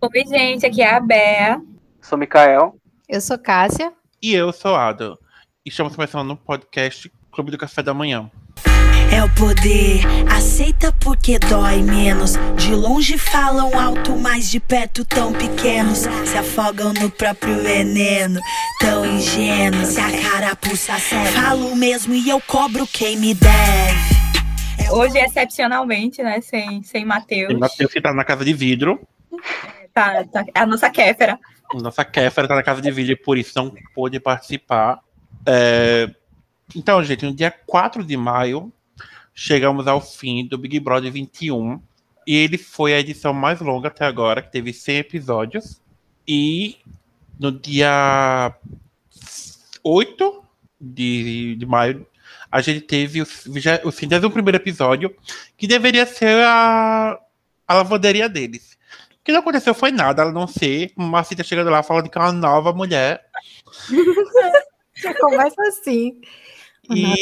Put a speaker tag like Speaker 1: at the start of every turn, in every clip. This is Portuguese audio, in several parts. Speaker 1: Oi, gente, aqui é a Bé.
Speaker 2: Sou Mikael.
Speaker 3: Eu sou Cássia.
Speaker 4: E eu sou Ado. Estamos começando no podcast Clube do Café da Manhã.
Speaker 5: É o poder, aceita porque dói menos. De longe falam alto, mas de perto tão pequenos. Se afogam no próprio veneno, tão ingênuos. Se a carapuça serve, falo mesmo e eu cobro quem me deve. É o
Speaker 1: Hoje, excepcionalmente, né, sem, sem Matheus.
Speaker 4: Tem Matheus que tá na casa de vidro.
Speaker 1: Tá, tá- a nossa Kéfera.
Speaker 4: Nossa Kéfera tá na casa de vidro e por isso não pôde participar. É, Então, gente, no dia 4 de maio, chegamos ao fim do Big Brother 21. E ele foi a edição mais longa até agora, que teve 100 episódios. E no dia 8 de, de maio, a gente teve o, vigé- o 51 episódio, que deveria ser a, a lavanderia deles. O que não aconteceu foi nada, a não ser uma cita chegando lá falando que é uma nova mulher.
Speaker 3: Começa assim.
Speaker 4: E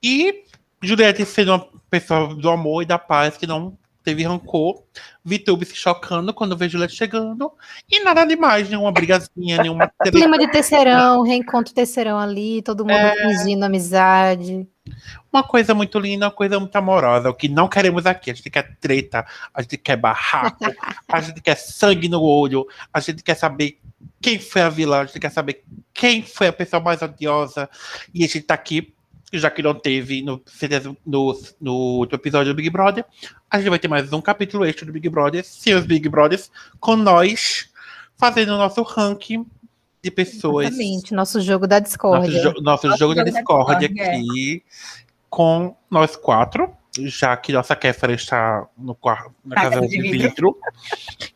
Speaker 4: E Juliette sendo uma pessoa do amor e da paz que não teve rancor. Vitube se chocando quando vê Juliette chegando. E nada demais, nenhuma brigazinha, nenhuma.
Speaker 3: Clima de terceirão, reencontro terceirão ali, todo mundo
Speaker 4: É.
Speaker 3: fingindo amizade.
Speaker 4: Uma coisa muito linda, uma coisa muito amorosa. O que não queremos aqui. A gente quer treta, a gente quer barraco, a gente quer sangue no olho, a gente quer saber quem foi a vilã, a gente quer saber quem foi a pessoa mais odiosa. E a gente tá aqui, já que não teve no, centésimo- no, no último episódio do Big Brother, a gente vai ter mais um capítulo extra do Big Brother, sem os Big Brothers, com nós, fazendo o nosso ranking de pessoas.
Speaker 3: Exatamente, nosso jogo da
Speaker 4: Nosso,
Speaker 3: discórdia.
Speaker 4: jo- nosso
Speaker 1: Nosso
Speaker 4: jogo da
Speaker 1: jogo da
Speaker 4: Discord
Speaker 1: discórdia,
Speaker 4: aqui com nós quatro, já que nossa Kéfera está no quarto, na
Speaker 1: Na
Speaker 4: casa
Speaker 1: casa
Speaker 4: de
Speaker 1: de vidro.
Speaker 4: vidro.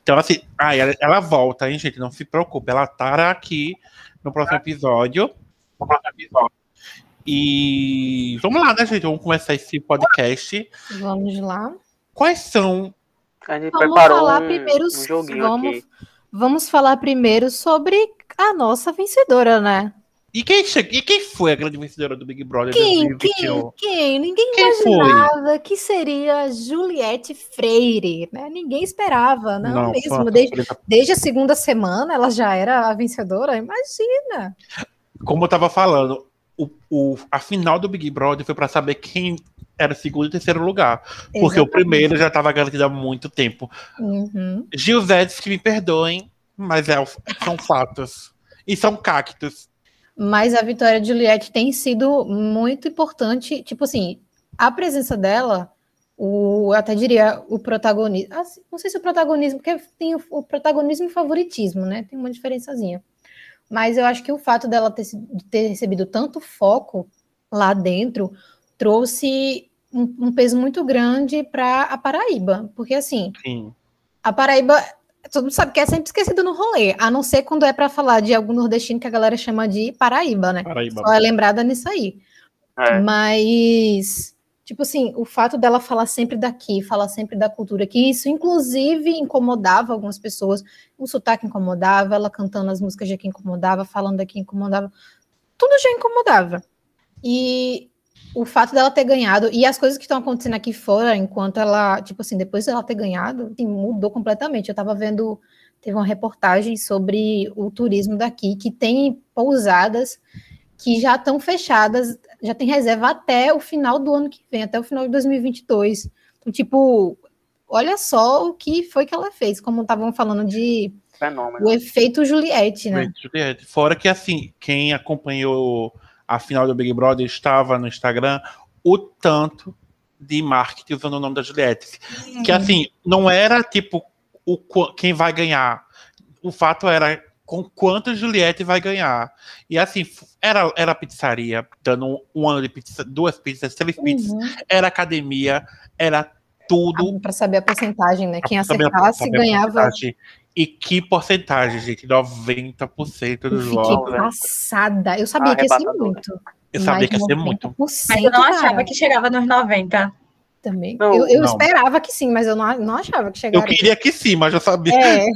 Speaker 4: Então, assim, ah, ela, ela volta, hein, gente? Não se preocupe, ela estará aqui no próximo episódio. No próximo episódio. E vamos lá, né, gente? Vamos começar esse podcast.
Speaker 3: Vamos lá.
Speaker 4: Quais são
Speaker 2: A gente
Speaker 3: Vamos
Speaker 2: preparou
Speaker 3: falar
Speaker 2: um,
Speaker 3: primeiro
Speaker 2: um
Speaker 3: s-
Speaker 2: joguinho
Speaker 3: vamos-
Speaker 2: aqui.
Speaker 3: Vamos falar primeiro sobre a nossa vencedora, né?
Speaker 4: e quem, che- e quem foi a grande vencedora do Big Brother
Speaker 3: Quem?
Speaker 4: 2021?
Speaker 3: Quem? Quem? Ninguém
Speaker 4: Quem
Speaker 3: imaginava que seria Juliette Freire, né? Ninguém esperava, não,
Speaker 4: Não, foi
Speaker 3: mesmo.
Speaker 4: uma
Speaker 3: Desde,
Speaker 4: surpresa
Speaker 3: desde a segunda semana ela já era a vencedora, imagina.
Speaker 4: como eu tava falando, o, o- a final do Big Brother foi pra saber quem era o segundo e terceiro lugar. Porque o primeiro já tava garantido há muito tempo.
Speaker 3: Uhum.
Speaker 4: Gilzetes, que me perdoem, mas é o- são fatos. E são cactos.
Speaker 3: Mas a vitória de Juliette tem sido muito importante. Tipo assim, a presença dela, o, eu até diria o protagonismo. assim, Não sei se o protagonismo, porque tem o, o protagonismo e favoritismo, né? Tem uma diferençazinha. Mas eu acho que o fato dela ter, se- ter recebido tanto foco lá dentro trouxe um, um peso muito grande para a Paraíba. Porque assim,
Speaker 4: Sim.
Speaker 3: a Paraíba, todo mundo sabe que é sempre esquecido no rolê, a não ser quando é para falar de algum nordestino que a galera chama de Paraíba, né?
Speaker 4: Paraíba.
Speaker 3: Só é lembrada nisso aí.
Speaker 2: É.
Speaker 3: Mas, tipo assim, o fato dela falar sempre daqui, falar sempre da cultura aqui, isso inclusive incomodava algumas pessoas. O sotaque incomodava, ela cantando as músicas de aqui incomodava, falando daqui incomodava. Tudo já incomodava. E o fato dela ter ganhado e as coisas que estão acontecendo aqui fora, enquanto ela, tipo assim, depois dela ter ganhado, assim, mudou completamente. Eu tava vendo, teve uma reportagem sobre o turismo daqui, que tem pousadas que já estão fechadas, já tem reserva até o final do ano que vem, até o final de 2022. Então, tipo, olha só o que foi que ela fez, como estavam falando de
Speaker 2: Fenômeno.
Speaker 3: o efeito Juliette, né?
Speaker 4: Juliette. Fora que, assim, quem acompanhou a final do Big Brother estava no Instagram o tanto de marketing usando o nome da Juliette. Que assim, não era tipo o, qu- quem vai ganhar. O fato era com quanto Juliette vai ganhar. E assim, f- era, era a pizzaria, dando um, um ano de pizza, duas pizzas, três pizzas,
Speaker 3: Uhum.
Speaker 4: era academia, era tudo.
Speaker 3: Para Ah, saber a porcentagem, né? Quem
Speaker 4: Sabe a-
Speaker 3: acertasse
Speaker 4: sabe a
Speaker 3: ganhava.
Speaker 4: porcentagem? E que porcentagem, gente? 90%
Speaker 3: Eu
Speaker 4: dos
Speaker 3: fiquei
Speaker 4: votos.
Speaker 2: velho.
Speaker 3: passada. Eu sabia que ia ser
Speaker 2: Arrebatador.
Speaker 3: muito.
Speaker 4: né? Ah, Eu sabia
Speaker 3: mas
Speaker 4: que ia ser muito.
Speaker 3: 90%,
Speaker 1: Mas eu não
Speaker 3: cara,
Speaker 1: achava que chegava nos 90.
Speaker 3: Também.
Speaker 2: Não,
Speaker 3: eu eu
Speaker 4: não.
Speaker 3: esperava que sim, mas eu não, não achava que
Speaker 4: Eu
Speaker 3: chegaria.
Speaker 4: queria que sim, mas eu sabia.
Speaker 3: É,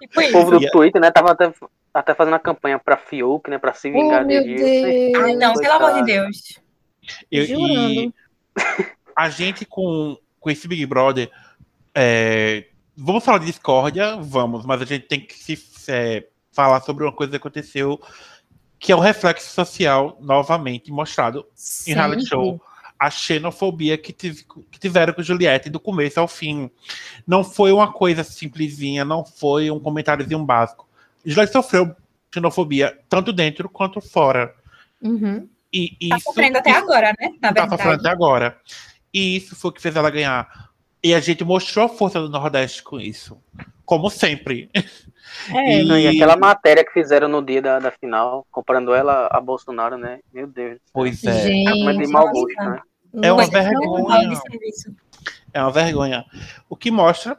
Speaker 1: Tipo
Speaker 2: O povo
Speaker 1: isso.
Speaker 2: do
Speaker 4: Yeah.
Speaker 2: Twitter, né, tava até, até fazendo a campanha pra Fiuk, né, pra se vingar
Speaker 3: oh, meu
Speaker 2: de Gil.
Speaker 3: Deus.
Speaker 1: Ai, Ah, não, pelo
Speaker 4: tá-
Speaker 1: amor de Deus.
Speaker 4: Eu-
Speaker 3: Jurando.
Speaker 4: E a gente com, com esse Big Brother é, Vamos falar de discórdia? Vamos, mas a gente tem que se, é, falar sobre uma coisa que aconteceu, que é o reflexo social novamente mostrado em reality show. A xenofobia que, tive- que tiveram com Juliette do começo ao fim. Não foi uma coisa simplesinha, não foi um comentáriozinho básico. Juliette sofreu xenofobia tanto dentro quanto fora.
Speaker 3: Uhum.
Speaker 4: E
Speaker 1: Tá
Speaker 4: isso
Speaker 1: sofrendo até agora, né? Na
Speaker 4: tá sofrendo
Speaker 1: verdade.
Speaker 4: até agora. E isso foi o que fez ela ganhar. E a gente mostrou a força do Nordeste com isso. Como sempre.
Speaker 3: É,
Speaker 2: Não, Então, E aquela matéria que fizeram no dia da, da final, comparando ela a Bolsonaro, né? Meu Deus.
Speaker 4: Pois é.
Speaker 2: Mas de
Speaker 3: gente.
Speaker 2: mau gosto, né?
Speaker 4: É uma
Speaker 1: Coisa tão
Speaker 4: vergonha.
Speaker 1: mal de serviço.
Speaker 4: É uma vergonha. O que mostra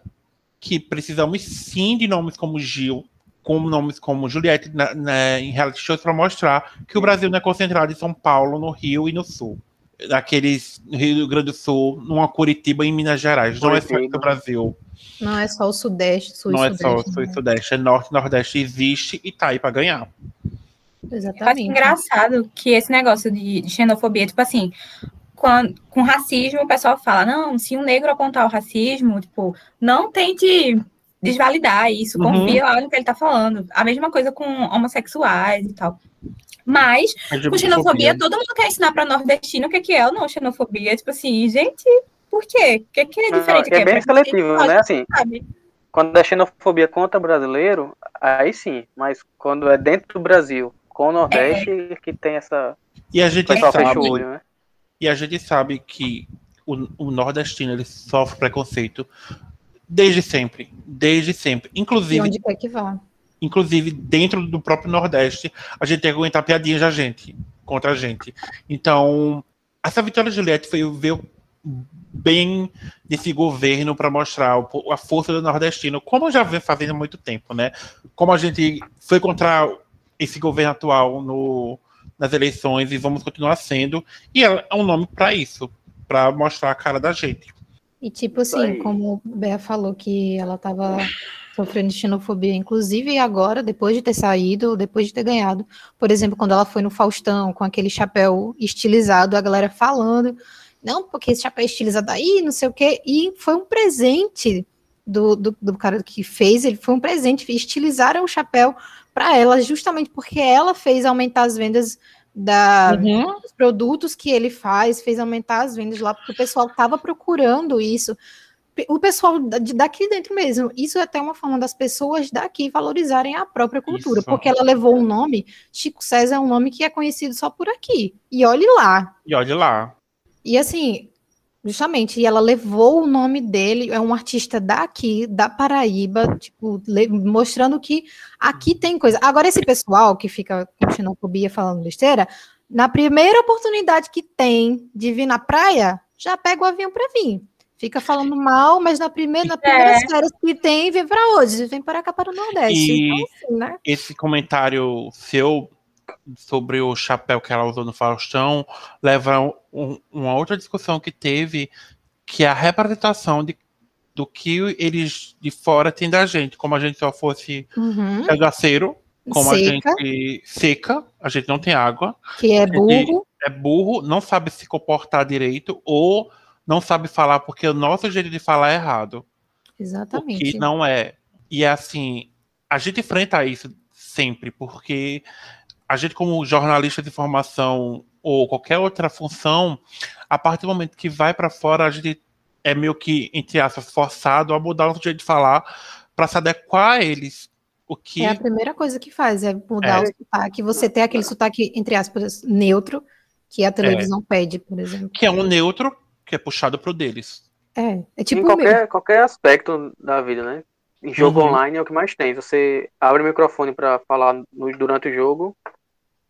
Speaker 4: que precisamos sim de nomes como Gil, como nomes como Juliette na- na- em reality shows para mostrar que o Brasil não é concentrado em São Paulo, no Rio e no Sul. Naqueles no Rio Grande do Sul, numa Curitiba em Minas Gerais. Não é só isso
Speaker 2: Curitiba.
Speaker 4: o Brasil.
Speaker 3: Não é só o Sudeste, Sul
Speaker 4: não
Speaker 3: e
Speaker 4: é
Speaker 3: Sudeste. né?
Speaker 4: só Sul e Sudeste. É Norte, Nordeste. Existe e tá aí para ganhar.
Speaker 1: Eu acho
Speaker 3: Exatamente.
Speaker 1: engraçado que esse negócio de de xenofobia, tipo assim, quan- com racismo, o pessoal fala, não, se um negro apontar o racismo, tipo, não tente desvalidar isso,
Speaker 4: Uhum.
Speaker 1: confia lá no que ele tá falando. A mesma coisa com homossexuais e tal. Mas,
Speaker 2: Tipo É
Speaker 1: com xenofobia, todo mundo quer ensinar pra nordestino o que que é ou não xenofobia. Tipo assim, gente, por quê? O que que é
Speaker 2: Não,
Speaker 1: diferente?
Speaker 2: é bem seletivo,
Speaker 1: Pode,
Speaker 2: né? Assim,
Speaker 1: sabe?
Speaker 2: quando é xenofobia contra brasileiro, aí sim. Mas quando é dentro do Brasil, com o Nordeste,
Speaker 3: É.
Speaker 2: que tem essa.
Speaker 4: E a
Speaker 2: O
Speaker 4: gente
Speaker 2: pessoal
Speaker 4: sabe,
Speaker 2: fecha o olho, né?
Speaker 4: e a gente sabe que o, o nordestino ele sofre preconceito desde sempre, desde sempre.
Speaker 3: E
Speaker 4: Inclusive,
Speaker 3: onde quer que vá.
Speaker 4: inclusive dentro do próprio Nordeste, a gente tem que aguentar piadinhas da gente contra a gente. Então, essa vitória de Juliette foi veio bem desse governo para mostrar o po- a força do nordestino, como já vem fazendo há muito tempo, né? Como a gente foi contra esse governo atual no, nas eleições e vamos continuar sendo, e ela é um nome para isso, para mostrar a cara da gente.
Speaker 3: E tipo
Speaker 2: Isso
Speaker 3: assim,
Speaker 2: aí.
Speaker 3: como o Bea falou que ela estava sofrendo xenofobia, inclusive agora, depois de ter saído, depois de ter ganhado, por exemplo, quando ela foi no Faustão com aquele chapéu estilizado, a galera falando, não, porque esse chapéu é estilizado aí, não sei o quê, e foi um presente do, do, do cara que fez, ele foi um presente, estilizaram o chapéu para ela, justamente porque ela fez aumentar as vendas da, os produtos que ele faz, fez aumentar as vendas lá, porque o pessoal estava procurando isso. Pe- O pessoal da- de- daqui dentro mesmo. Isso é até uma forma das pessoas daqui valorizarem a própria cultura,
Speaker 4: Isso.
Speaker 3: porque ela levou um nome, Chico César é um nome que é conhecido só por aqui. E olhe lá.
Speaker 4: E olha lá,
Speaker 3: E assim, justamente, e ela levou o nome dele, é um artista daqui, da Paraíba, tipo, le- mostrando que aqui tem coisa. Agora, esse pessoal que fica com xenofobia falando besteira, na primeira oportunidade que tem de vir na praia, já pega o avião para vir. Fica falando mal, mas na primeira, na
Speaker 4: É.
Speaker 3: primeiras férias que tem, vem para onde? Vem para cá, para o Nordeste.
Speaker 4: E-
Speaker 3: Então, assim, né?
Speaker 4: esse comentário seu sobre o chapéu que ela usou no Faustão leva a um- um- uma outra discussão que teve, que é a representação de, do que eles de fora têm da gente, como a gente só fosse
Speaker 3: Uhum.
Speaker 4: cagaceiro, como
Speaker 3: Seca,
Speaker 4: a gente seca, a gente não tem água,
Speaker 3: que é burro.
Speaker 4: é burro, não sabe se comportar direito ou não sabe falar porque o nosso jeito de falar é errado o
Speaker 3: Exatamente.
Speaker 4: que não é. E é assim, a gente enfrenta isso sempre, porque a gente, como jornalista de formação ou qualquer outra função, a partir do momento que vai para fora, a gente é meio que, entre aspas, forçado a mudar o nosso jeito de falar para se adequar a eles. O que
Speaker 3: É a primeira coisa que faz, é mudar
Speaker 4: É.
Speaker 3: o sotaque. Você tem aquele sotaque, entre aspas, neutro, que a televisão pede, por exemplo.
Speaker 4: que é um neutro que é puxado pro deles.
Speaker 3: É, é
Speaker 2: em
Speaker 3: tipo o meu.
Speaker 2: qualquer, qualquer aspecto da vida, né? Em jogo
Speaker 4: Uhum.
Speaker 2: online é o que mais tem. Você abre o microfone pra falar no- durante o jogo.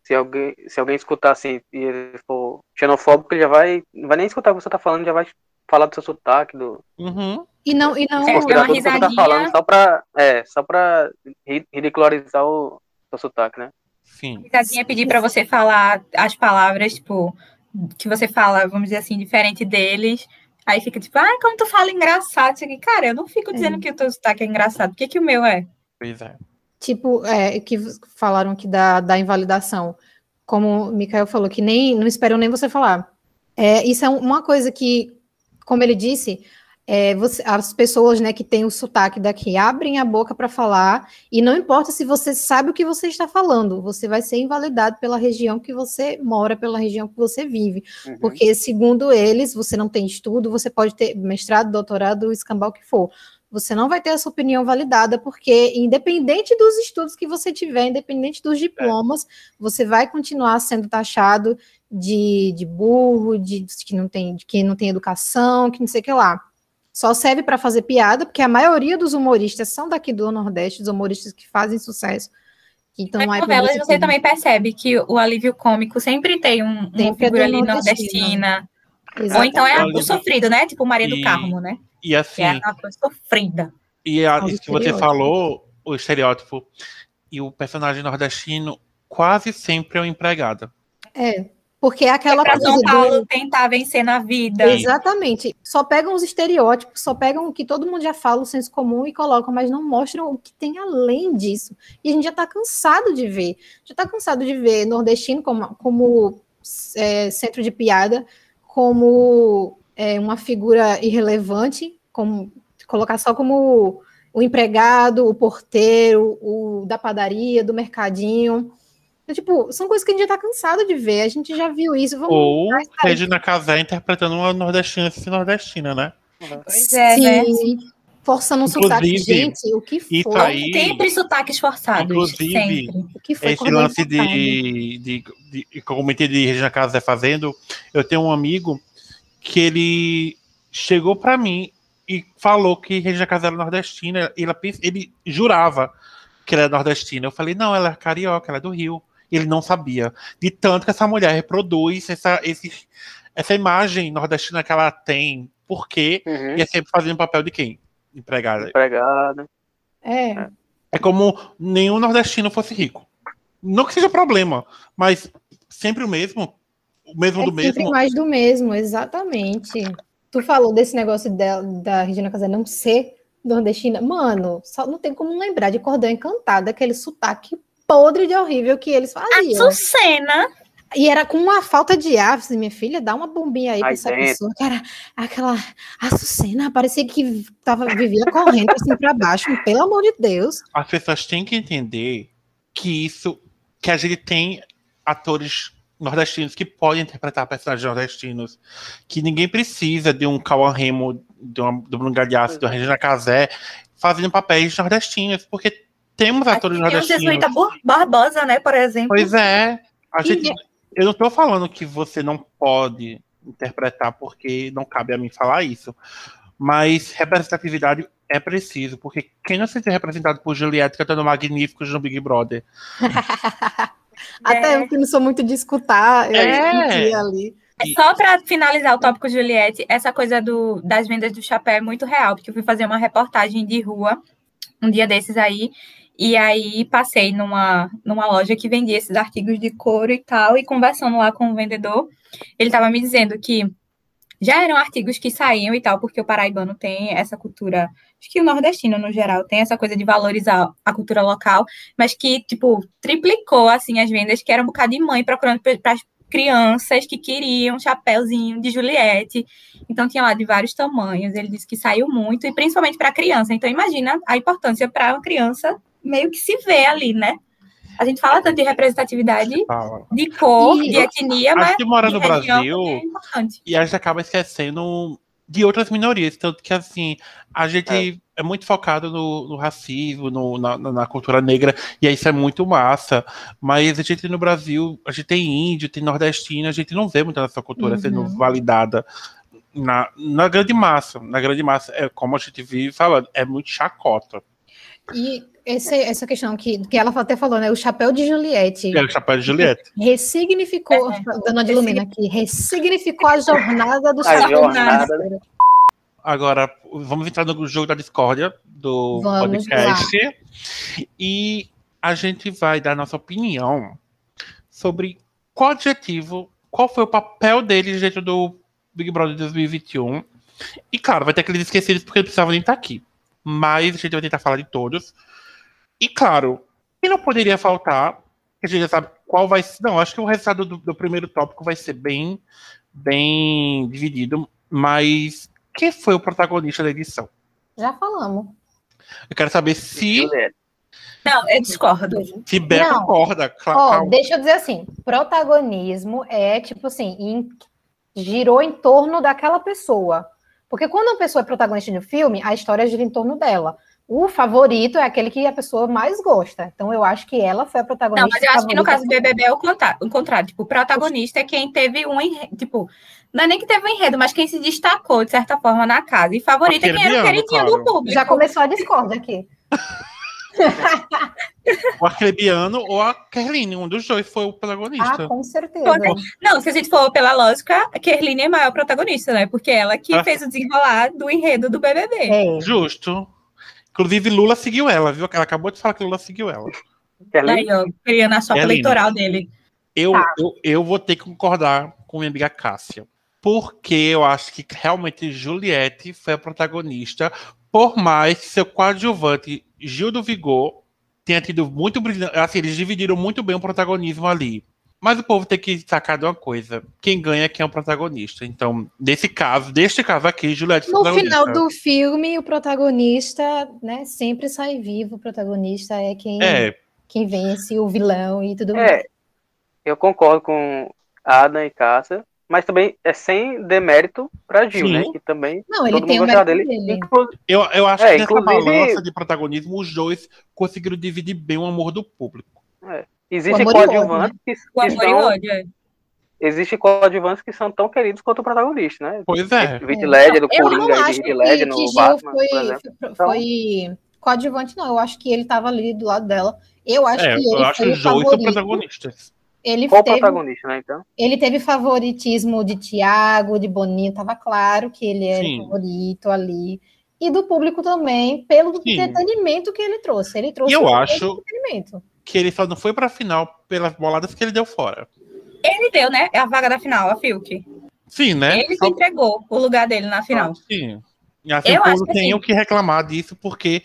Speaker 2: Se alguém, se alguém escutar assim e ele for xenofóbico, ele já vai. Não vai nem escutar o que você tá falando, já vai falar do seu sotaque, do
Speaker 4: Uhum.
Speaker 3: E não, e não,
Speaker 1: É,
Speaker 2: desconsiderar
Speaker 1: uma
Speaker 2: tudo que você tá
Speaker 1: risadinha.
Speaker 2: falando só pra. É, só pra ri- ridicularizar o seu sotaque, né?
Speaker 4: Sim.
Speaker 1: Risadinha é pedir para você falar as palavras, tipo, que você fala, vamos dizer assim, diferente deles. Aí fica tipo, ah, como tu fala engraçado. Isso aqui. Cara, eu não fico dizendo que o teu sotaque é engraçado. Por que, que o meu é?
Speaker 4: Pois é.
Speaker 3: tipo, é, que v- falaram que da, da invalidação. Como o Mikael falou, que nem, não esperam nem você falar. É, isso é um- uma coisa que, como ele disse, é, você, as pessoas né, que têm o sotaque daqui abrem a boca para falar, e não importa se você sabe o que você está falando, você vai ser invalidado pela região que você mora, pela região que você vive.
Speaker 2: Uhum.
Speaker 1: Né?
Speaker 3: Porque, segundo eles, você não tem estudo, você pode ter mestrado, doutorado, o escambau que for. Você não vai ter essa opinião validada, porque, independente dos estudos que você tiver, independente dos diplomas, você vai continuar sendo taxado de, de burro, de, de que não tem, de que não tem educação, que não sei o que lá. Só serve para fazer piada, porque a maioria dos humoristas são daqui do Nordeste, os humoristas que fazem sucesso. Então, não
Speaker 1: Nas
Speaker 3: é
Speaker 1: novelas
Speaker 3: público
Speaker 1: você
Speaker 3: todo.
Speaker 1: também percebe que o alívio cômico sempre tem um, uma
Speaker 3: Sempre é
Speaker 1: figura
Speaker 3: do
Speaker 1: ali
Speaker 3: nordestina.
Speaker 1: nordestina. Ou então é
Speaker 4: Exatamente.
Speaker 1: o sofrido, né? Tipo Maria do
Speaker 4: E-
Speaker 1: Carmo, né?
Speaker 4: E
Speaker 1: Que
Speaker 4: assim,
Speaker 1: é aquela coisa sofrida.
Speaker 4: e a-
Speaker 3: Não,
Speaker 4: isso que
Speaker 3: do
Speaker 4: você
Speaker 3: estereótipo.
Speaker 4: falou, o estereótipo, e o personagem nordestino quase sempre é uma empregada.
Speaker 3: É, porque é aquela
Speaker 1: Foi pra
Speaker 3: coisa
Speaker 1: São
Speaker 3: do-
Speaker 1: Paulo tentar vencer na vida.
Speaker 4: Sim.
Speaker 3: Exatamente. Só pegam os estereótipos, só pegam o que todo mundo já fala, o senso comum e colocam, mas não mostram o que tem além disso. E a gente já está cansado de ver. Já está cansado de ver nordestino como, como é, centro de piada, como é, uma figura irrelevante, como colocar só como o empregado, o porteiro, o da padaria, do mercadinho. É, tipo, são coisas que a gente já está cansado de ver. A gente já viu isso. Vamos
Speaker 4: Ou
Speaker 3: Mas, cara,
Speaker 4: Regina Casé interpretando uma nordestina e nordestina, né?
Speaker 1: Pois é, né?
Speaker 3: Forçando um sotaque.
Speaker 4: Inclusive,
Speaker 3: Gente, o que foi?
Speaker 4: e tá aí-
Speaker 1: Sempre sotaques forçados.
Speaker 4: Inclusive,
Speaker 1: sempre.
Speaker 3: O que foi?
Speaker 4: Esse
Speaker 3: Cordeiro
Speaker 4: lance de,
Speaker 3: Santana.
Speaker 4: de, de- que eu comentei de Regina Casé fazendo, eu tenho um amigo que ele chegou pra mim e falou que Regina Casé era nordestina, e ela pens- ele jurava que ela era nordestina. Eu falei, não, ela é carioca, ela é do Rio. Ele não sabia. De tanto que essa mulher reproduz essa, esse, essa imagem nordestina que ela tem, porque
Speaker 2: Uhum.
Speaker 4: e é sempre fazendo papel de quem? Empregada.
Speaker 2: Empregado.
Speaker 3: É,
Speaker 4: É como nenhum nordestino fosse rico. Não que seja problema, mas sempre o mesmo. O mesmo
Speaker 3: é
Speaker 4: do
Speaker 3: sempre
Speaker 4: mesmo.
Speaker 3: mais do mesmo, exatamente. Tu falou desse negócio dela, da Regina Casé não ser nordestina. Mano, só não tem como lembrar de Cordão Encantado, aquele sotaque podre de horrível que eles
Speaker 1: A
Speaker 3: faziam.
Speaker 1: Sucena.
Speaker 3: E era com uma falta de ar, assim, minha filha, dá uma bombinha aí pra
Speaker 2: Ai,
Speaker 3: essa
Speaker 2: gente.
Speaker 3: pessoa, que era aquela Açucena, parecia que tava, vivia correndo assim pra baixo, pelo amor de Deus.
Speaker 4: As pessoas têm que entender que isso. Que a gente tem atores nordestinos que podem interpretar personagens nordestinos. Que ninguém precisa de um Cauã Remo, de uma, do Bruno Galhaço,
Speaker 3: é.
Speaker 4: de uma Regina Casé, fazendo papéis nordestinos, porque temos atores
Speaker 3: um
Speaker 1: Tem o
Speaker 4: nordestinos.
Speaker 1: Jesuíta Bur- Barbosa, né? Por exemplo.
Speaker 4: Pois é. A gente-
Speaker 3: Ninguém-
Speaker 4: eu não estou falando que você não pode interpretar, porque não cabe a mim falar isso. Mas representatividade é preciso, porque quem não se sente representado por Juliette cantando Magníficos no Big Brother?
Speaker 3: Até eu que não sou muito de escutar, eu
Speaker 4: É.
Speaker 3: senti ali.
Speaker 1: Só para finalizar o tópico, Juliette, essa coisa do- das vendas do chapéu é muito real, porque eu fui fazer uma reportagem de rua um dia desses aí, e aí passei numa, numa loja que vendia esses artigos de couro e tal, e conversando lá com o vendedor, ele estava me dizendo que já eram artigos que saíam e tal, porque o paraibano tem essa cultura, acho que o nordestino no geral tem essa coisa de valorizar a cultura local, mas que, tipo, triplicou, assim, as vendas, que era um bocado de mãe procurando para crianças que queriam um chapéuzinho de Juliette. Então tinha lá de vários tamanhos. Ele disse que saiu muito, e principalmente para criança. Então imagina a importância para uma criança meio que se vê ali, né? A gente fala tanto de representatividade
Speaker 4: Fala.
Speaker 1: de cor,
Speaker 3: E-
Speaker 1: de etnia,
Speaker 4: A
Speaker 1: mas
Speaker 4: gente mora
Speaker 1: de
Speaker 4: no
Speaker 1: região também
Speaker 4: Brasil
Speaker 1: é importante.
Speaker 4: e a gente acaba esquecendo de outras minorias, tanto que assim, a gente é, muito focado no, no racismo, no- na, na- na cultura negra, e isso é muito massa. Mas a gente no Brasil, a gente tem índio, tem nordestino, a gente não vê muita nossa cultura
Speaker 3: Uhum.
Speaker 4: sendo validada na, na grande massa. Na grande massa, é como a gente vive falando, é muito chacota.
Speaker 3: E esse- essa questão que, que ela até falou, né? O chapéu de Juliette.
Speaker 4: É o chapéu de Juliette.
Speaker 3: Ressignificou,
Speaker 1: É.
Speaker 3: dona de Lumina aqui, ressignificou a jornada do
Speaker 2: A
Speaker 3: chapéu de
Speaker 1: jornada.
Speaker 3: Juliette.
Speaker 4: Agora, vamos entrar no jogo da discórdia do
Speaker 3: Vamos
Speaker 4: podcast. E a gente vai dar nossa opinião sobre qual adjetivo, qual foi o papel deles dentro do Big Brother 2021. E claro, vai ter aqueles esquecidos porque não precisavam nem estar aqui. Mas a gente vai tentar falar de todos. E claro, que não poderia faltar, que a gente já sabe qual vai ser. Não, acho que o resultado do, do primeiro tópico vai ser bem, bem dividido. Mas Quem foi o protagonista da edição?
Speaker 3: Já falamos.
Speaker 4: Eu quero saber se,
Speaker 2: Juliette.
Speaker 1: Não, eu discordo.
Speaker 4: se Beto
Speaker 3: Não.
Speaker 4: acorda. Cla-
Speaker 3: Ó,
Speaker 4: Cal-
Speaker 3: deixa eu dizer assim, protagonismo é tipo assim, em- girou em torno daquela pessoa. Porque quando uma pessoa é protagonista de um filme, a história gira em torno dela. O favorito é aquele que a pessoa mais gosta. Então eu acho que ela foi a protagonista.
Speaker 1: Não, mas eu acho que no
Speaker 3: favorita.
Speaker 1: caso do BBB é o conta- o contrário. Tipo, o protagonista é quem teve um enredo. Tipo, não é nem que teve um enredo, mas quem se destacou, de certa forma, na casa. E favorito é quem era o
Speaker 4: Aquele ano,
Speaker 1: queridinho
Speaker 4: claro.
Speaker 1: do público.
Speaker 3: Já começou a discórdia aqui.
Speaker 4: O Arcrebiano ou a Kerline. Um dos dois foi o protagonista.
Speaker 3: Ah, com certeza.
Speaker 1: Não, se a gente for pela lógica, a Kerline é a maior protagonista, né? Porque ela que
Speaker 4: Ah.
Speaker 1: fez o desenrolar do enredo do BBB.
Speaker 3: É.
Speaker 4: Justo. Inclusive, Lula seguiu ela, viu? Ela acabou de falar que Lula seguiu ela. é
Speaker 2: Kerline,
Speaker 1: Daí, ó, criando a sopa
Speaker 4: Kerline.
Speaker 1: eleitoral dele.
Speaker 4: Eu,
Speaker 3: Tá.
Speaker 4: eu, eu vou ter que concordar com minha amiga Cássia. Porque eu acho que realmente Juliette foi a protagonista, por mais que seu coadjuvante Gil do Vigor tenha tido muito brilhante. Assim, eles dividiram muito bem o protagonismo ali. Mas o povo tem que sacar de uma coisa: quem ganha é quem é o protagonista. Então, nesse caso, deste caso aqui, Juliette foi a
Speaker 3: No final
Speaker 4: protagonista.
Speaker 3: do filme, o protagonista, né, sempre sai vivo. O protagonista é quem,
Speaker 4: É,
Speaker 3: quem vence, o vilão e tudo mais.
Speaker 2: É, eu concordo com Adam e Cássia, mas também é sem demérito pra Gil,
Speaker 4: Sim.
Speaker 2: né? Que também
Speaker 3: Não, ele
Speaker 2: todo
Speaker 3: tem
Speaker 2: mundo
Speaker 3: o
Speaker 2: gostava
Speaker 3: mérito
Speaker 2: dele.
Speaker 3: dele.
Speaker 2: Inclu-
Speaker 4: Eu, eu acho
Speaker 2: É,
Speaker 4: que nessa
Speaker 2: inclusive-
Speaker 4: balança de protagonismo, os dois conseguiram dividir bem o amor do público.
Speaker 2: Existe
Speaker 3: amor e o ódio, né?
Speaker 2: coadjuvantes que,
Speaker 1: O
Speaker 2: que
Speaker 1: amor e o
Speaker 2: são,
Speaker 1: ódio. é.
Speaker 2: existe coadjuvantes que são tão queridos quanto o protagonista, né?
Speaker 4: Pois é.
Speaker 2: Heath Ledger, do
Speaker 3: Eu não
Speaker 2: Coringa,
Speaker 3: acho
Speaker 2: de
Speaker 3: que,
Speaker 2: Heath Ledger no
Speaker 3: que Gil
Speaker 2: Batman, por
Speaker 3: foi,
Speaker 2: exemplo.
Speaker 3: foi, coadjuvante, não. Eu acho que ele estava ali do lado dela. Eu acho
Speaker 4: É,
Speaker 3: que ele
Speaker 4: eu acho que
Speaker 3: foi o
Speaker 4: os dois são
Speaker 3: favorito.
Speaker 4: protagonistas.
Speaker 3: Ele
Speaker 2: Qual o
Speaker 3: teve, um
Speaker 2: protagonista, né? Então,
Speaker 3: ele teve favoritismo de Tiago, de Boninho. Tava claro que ele era
Speaker 4: Sim.
Speaker 3: o favorito ali. E do público também, pelo
Speaker 4: Sim.
Speaker 3: entretenimento que ele trouxe. Ele trouxe
Speaker 4: E eu
Speaker 3: muito
Speaker 4: acho
Speaker 3: entretenimento.
Speaker 4: que ele só não foi pra final pelas boladas que ele deu fora.
Speaker 1: Ele deu, né? É a vaga da final, a Fiuk.
Speaker 4: Sim, né?
Speaker 1: Ele que
Speaker 4: Só- Ah,
Speaker 1: entregou o lugar dele na final.
Speaker 4: Sim. E assim,
Speaker 1: Eu
Speaker 4: o
Speaker 1: acho
Speaker 4: povo
Speaker 1: que
Speaker 4: tem
Speaker 1: sim.
Speaker 4: o que reclamar disso, porque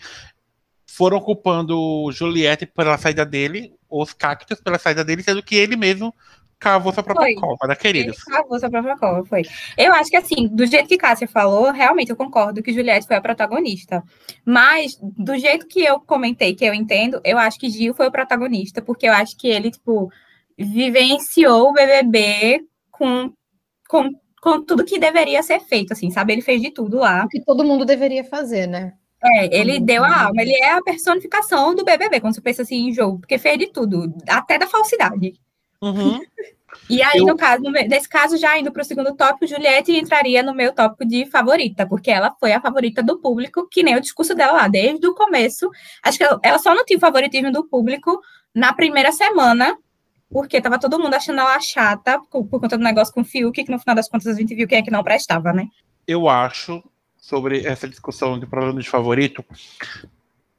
Speaker 4: foram culpando Juliette pela saída dele, os cactos pela saída dele, sendo que ele mesmo cavou sua própria
Speaker 1: Foi.
Speaker 4: cova, né,
Speaker 1: Ele
Speaker 4: queridos?
Speaker 1: cavou sua própria cova, foi. Eu acho que assim, do jeito que Cássia falou, realmente eu concordo que Juliette foi a protagonista. Mas, do jeito que eu comentei, que eu entendo, eu acho que Gil foi o protagonista, porque eu acho que ele, tipo, vivenciou o BBB com, com, com tudo que deveria ser feito, assim, sabe? Ele fez de tudo lá.
Speaker 3: O que todo mundo deveria fazer, né?
Speaker 1: É, ele deu a alma, ele é a personificação do BBB, quando você pensa assim em jogo, porque fez de tudo, até da falsidade.
Speaker 4: Uhum.
Speaker 1: E aí,
Speaker 4: Eu-
Speaker 1: no caso, no me- nesse caso, já indo para o segundo tópico, Juliette entraria no meu tópico de favorita, porque ela foi a favorita do público, que nem o discurso dela lá, desde o começo. Acho que ela, ela só não tinha o favoritismo do público na primeira semana, porque tava todo mundo achando ela chata por, por conta do negócio com o Fiuk, que no final das contas a gente viu quem é que não prestava, né?
Speaker 4: eu acho sobre essa discussão de problema de favorito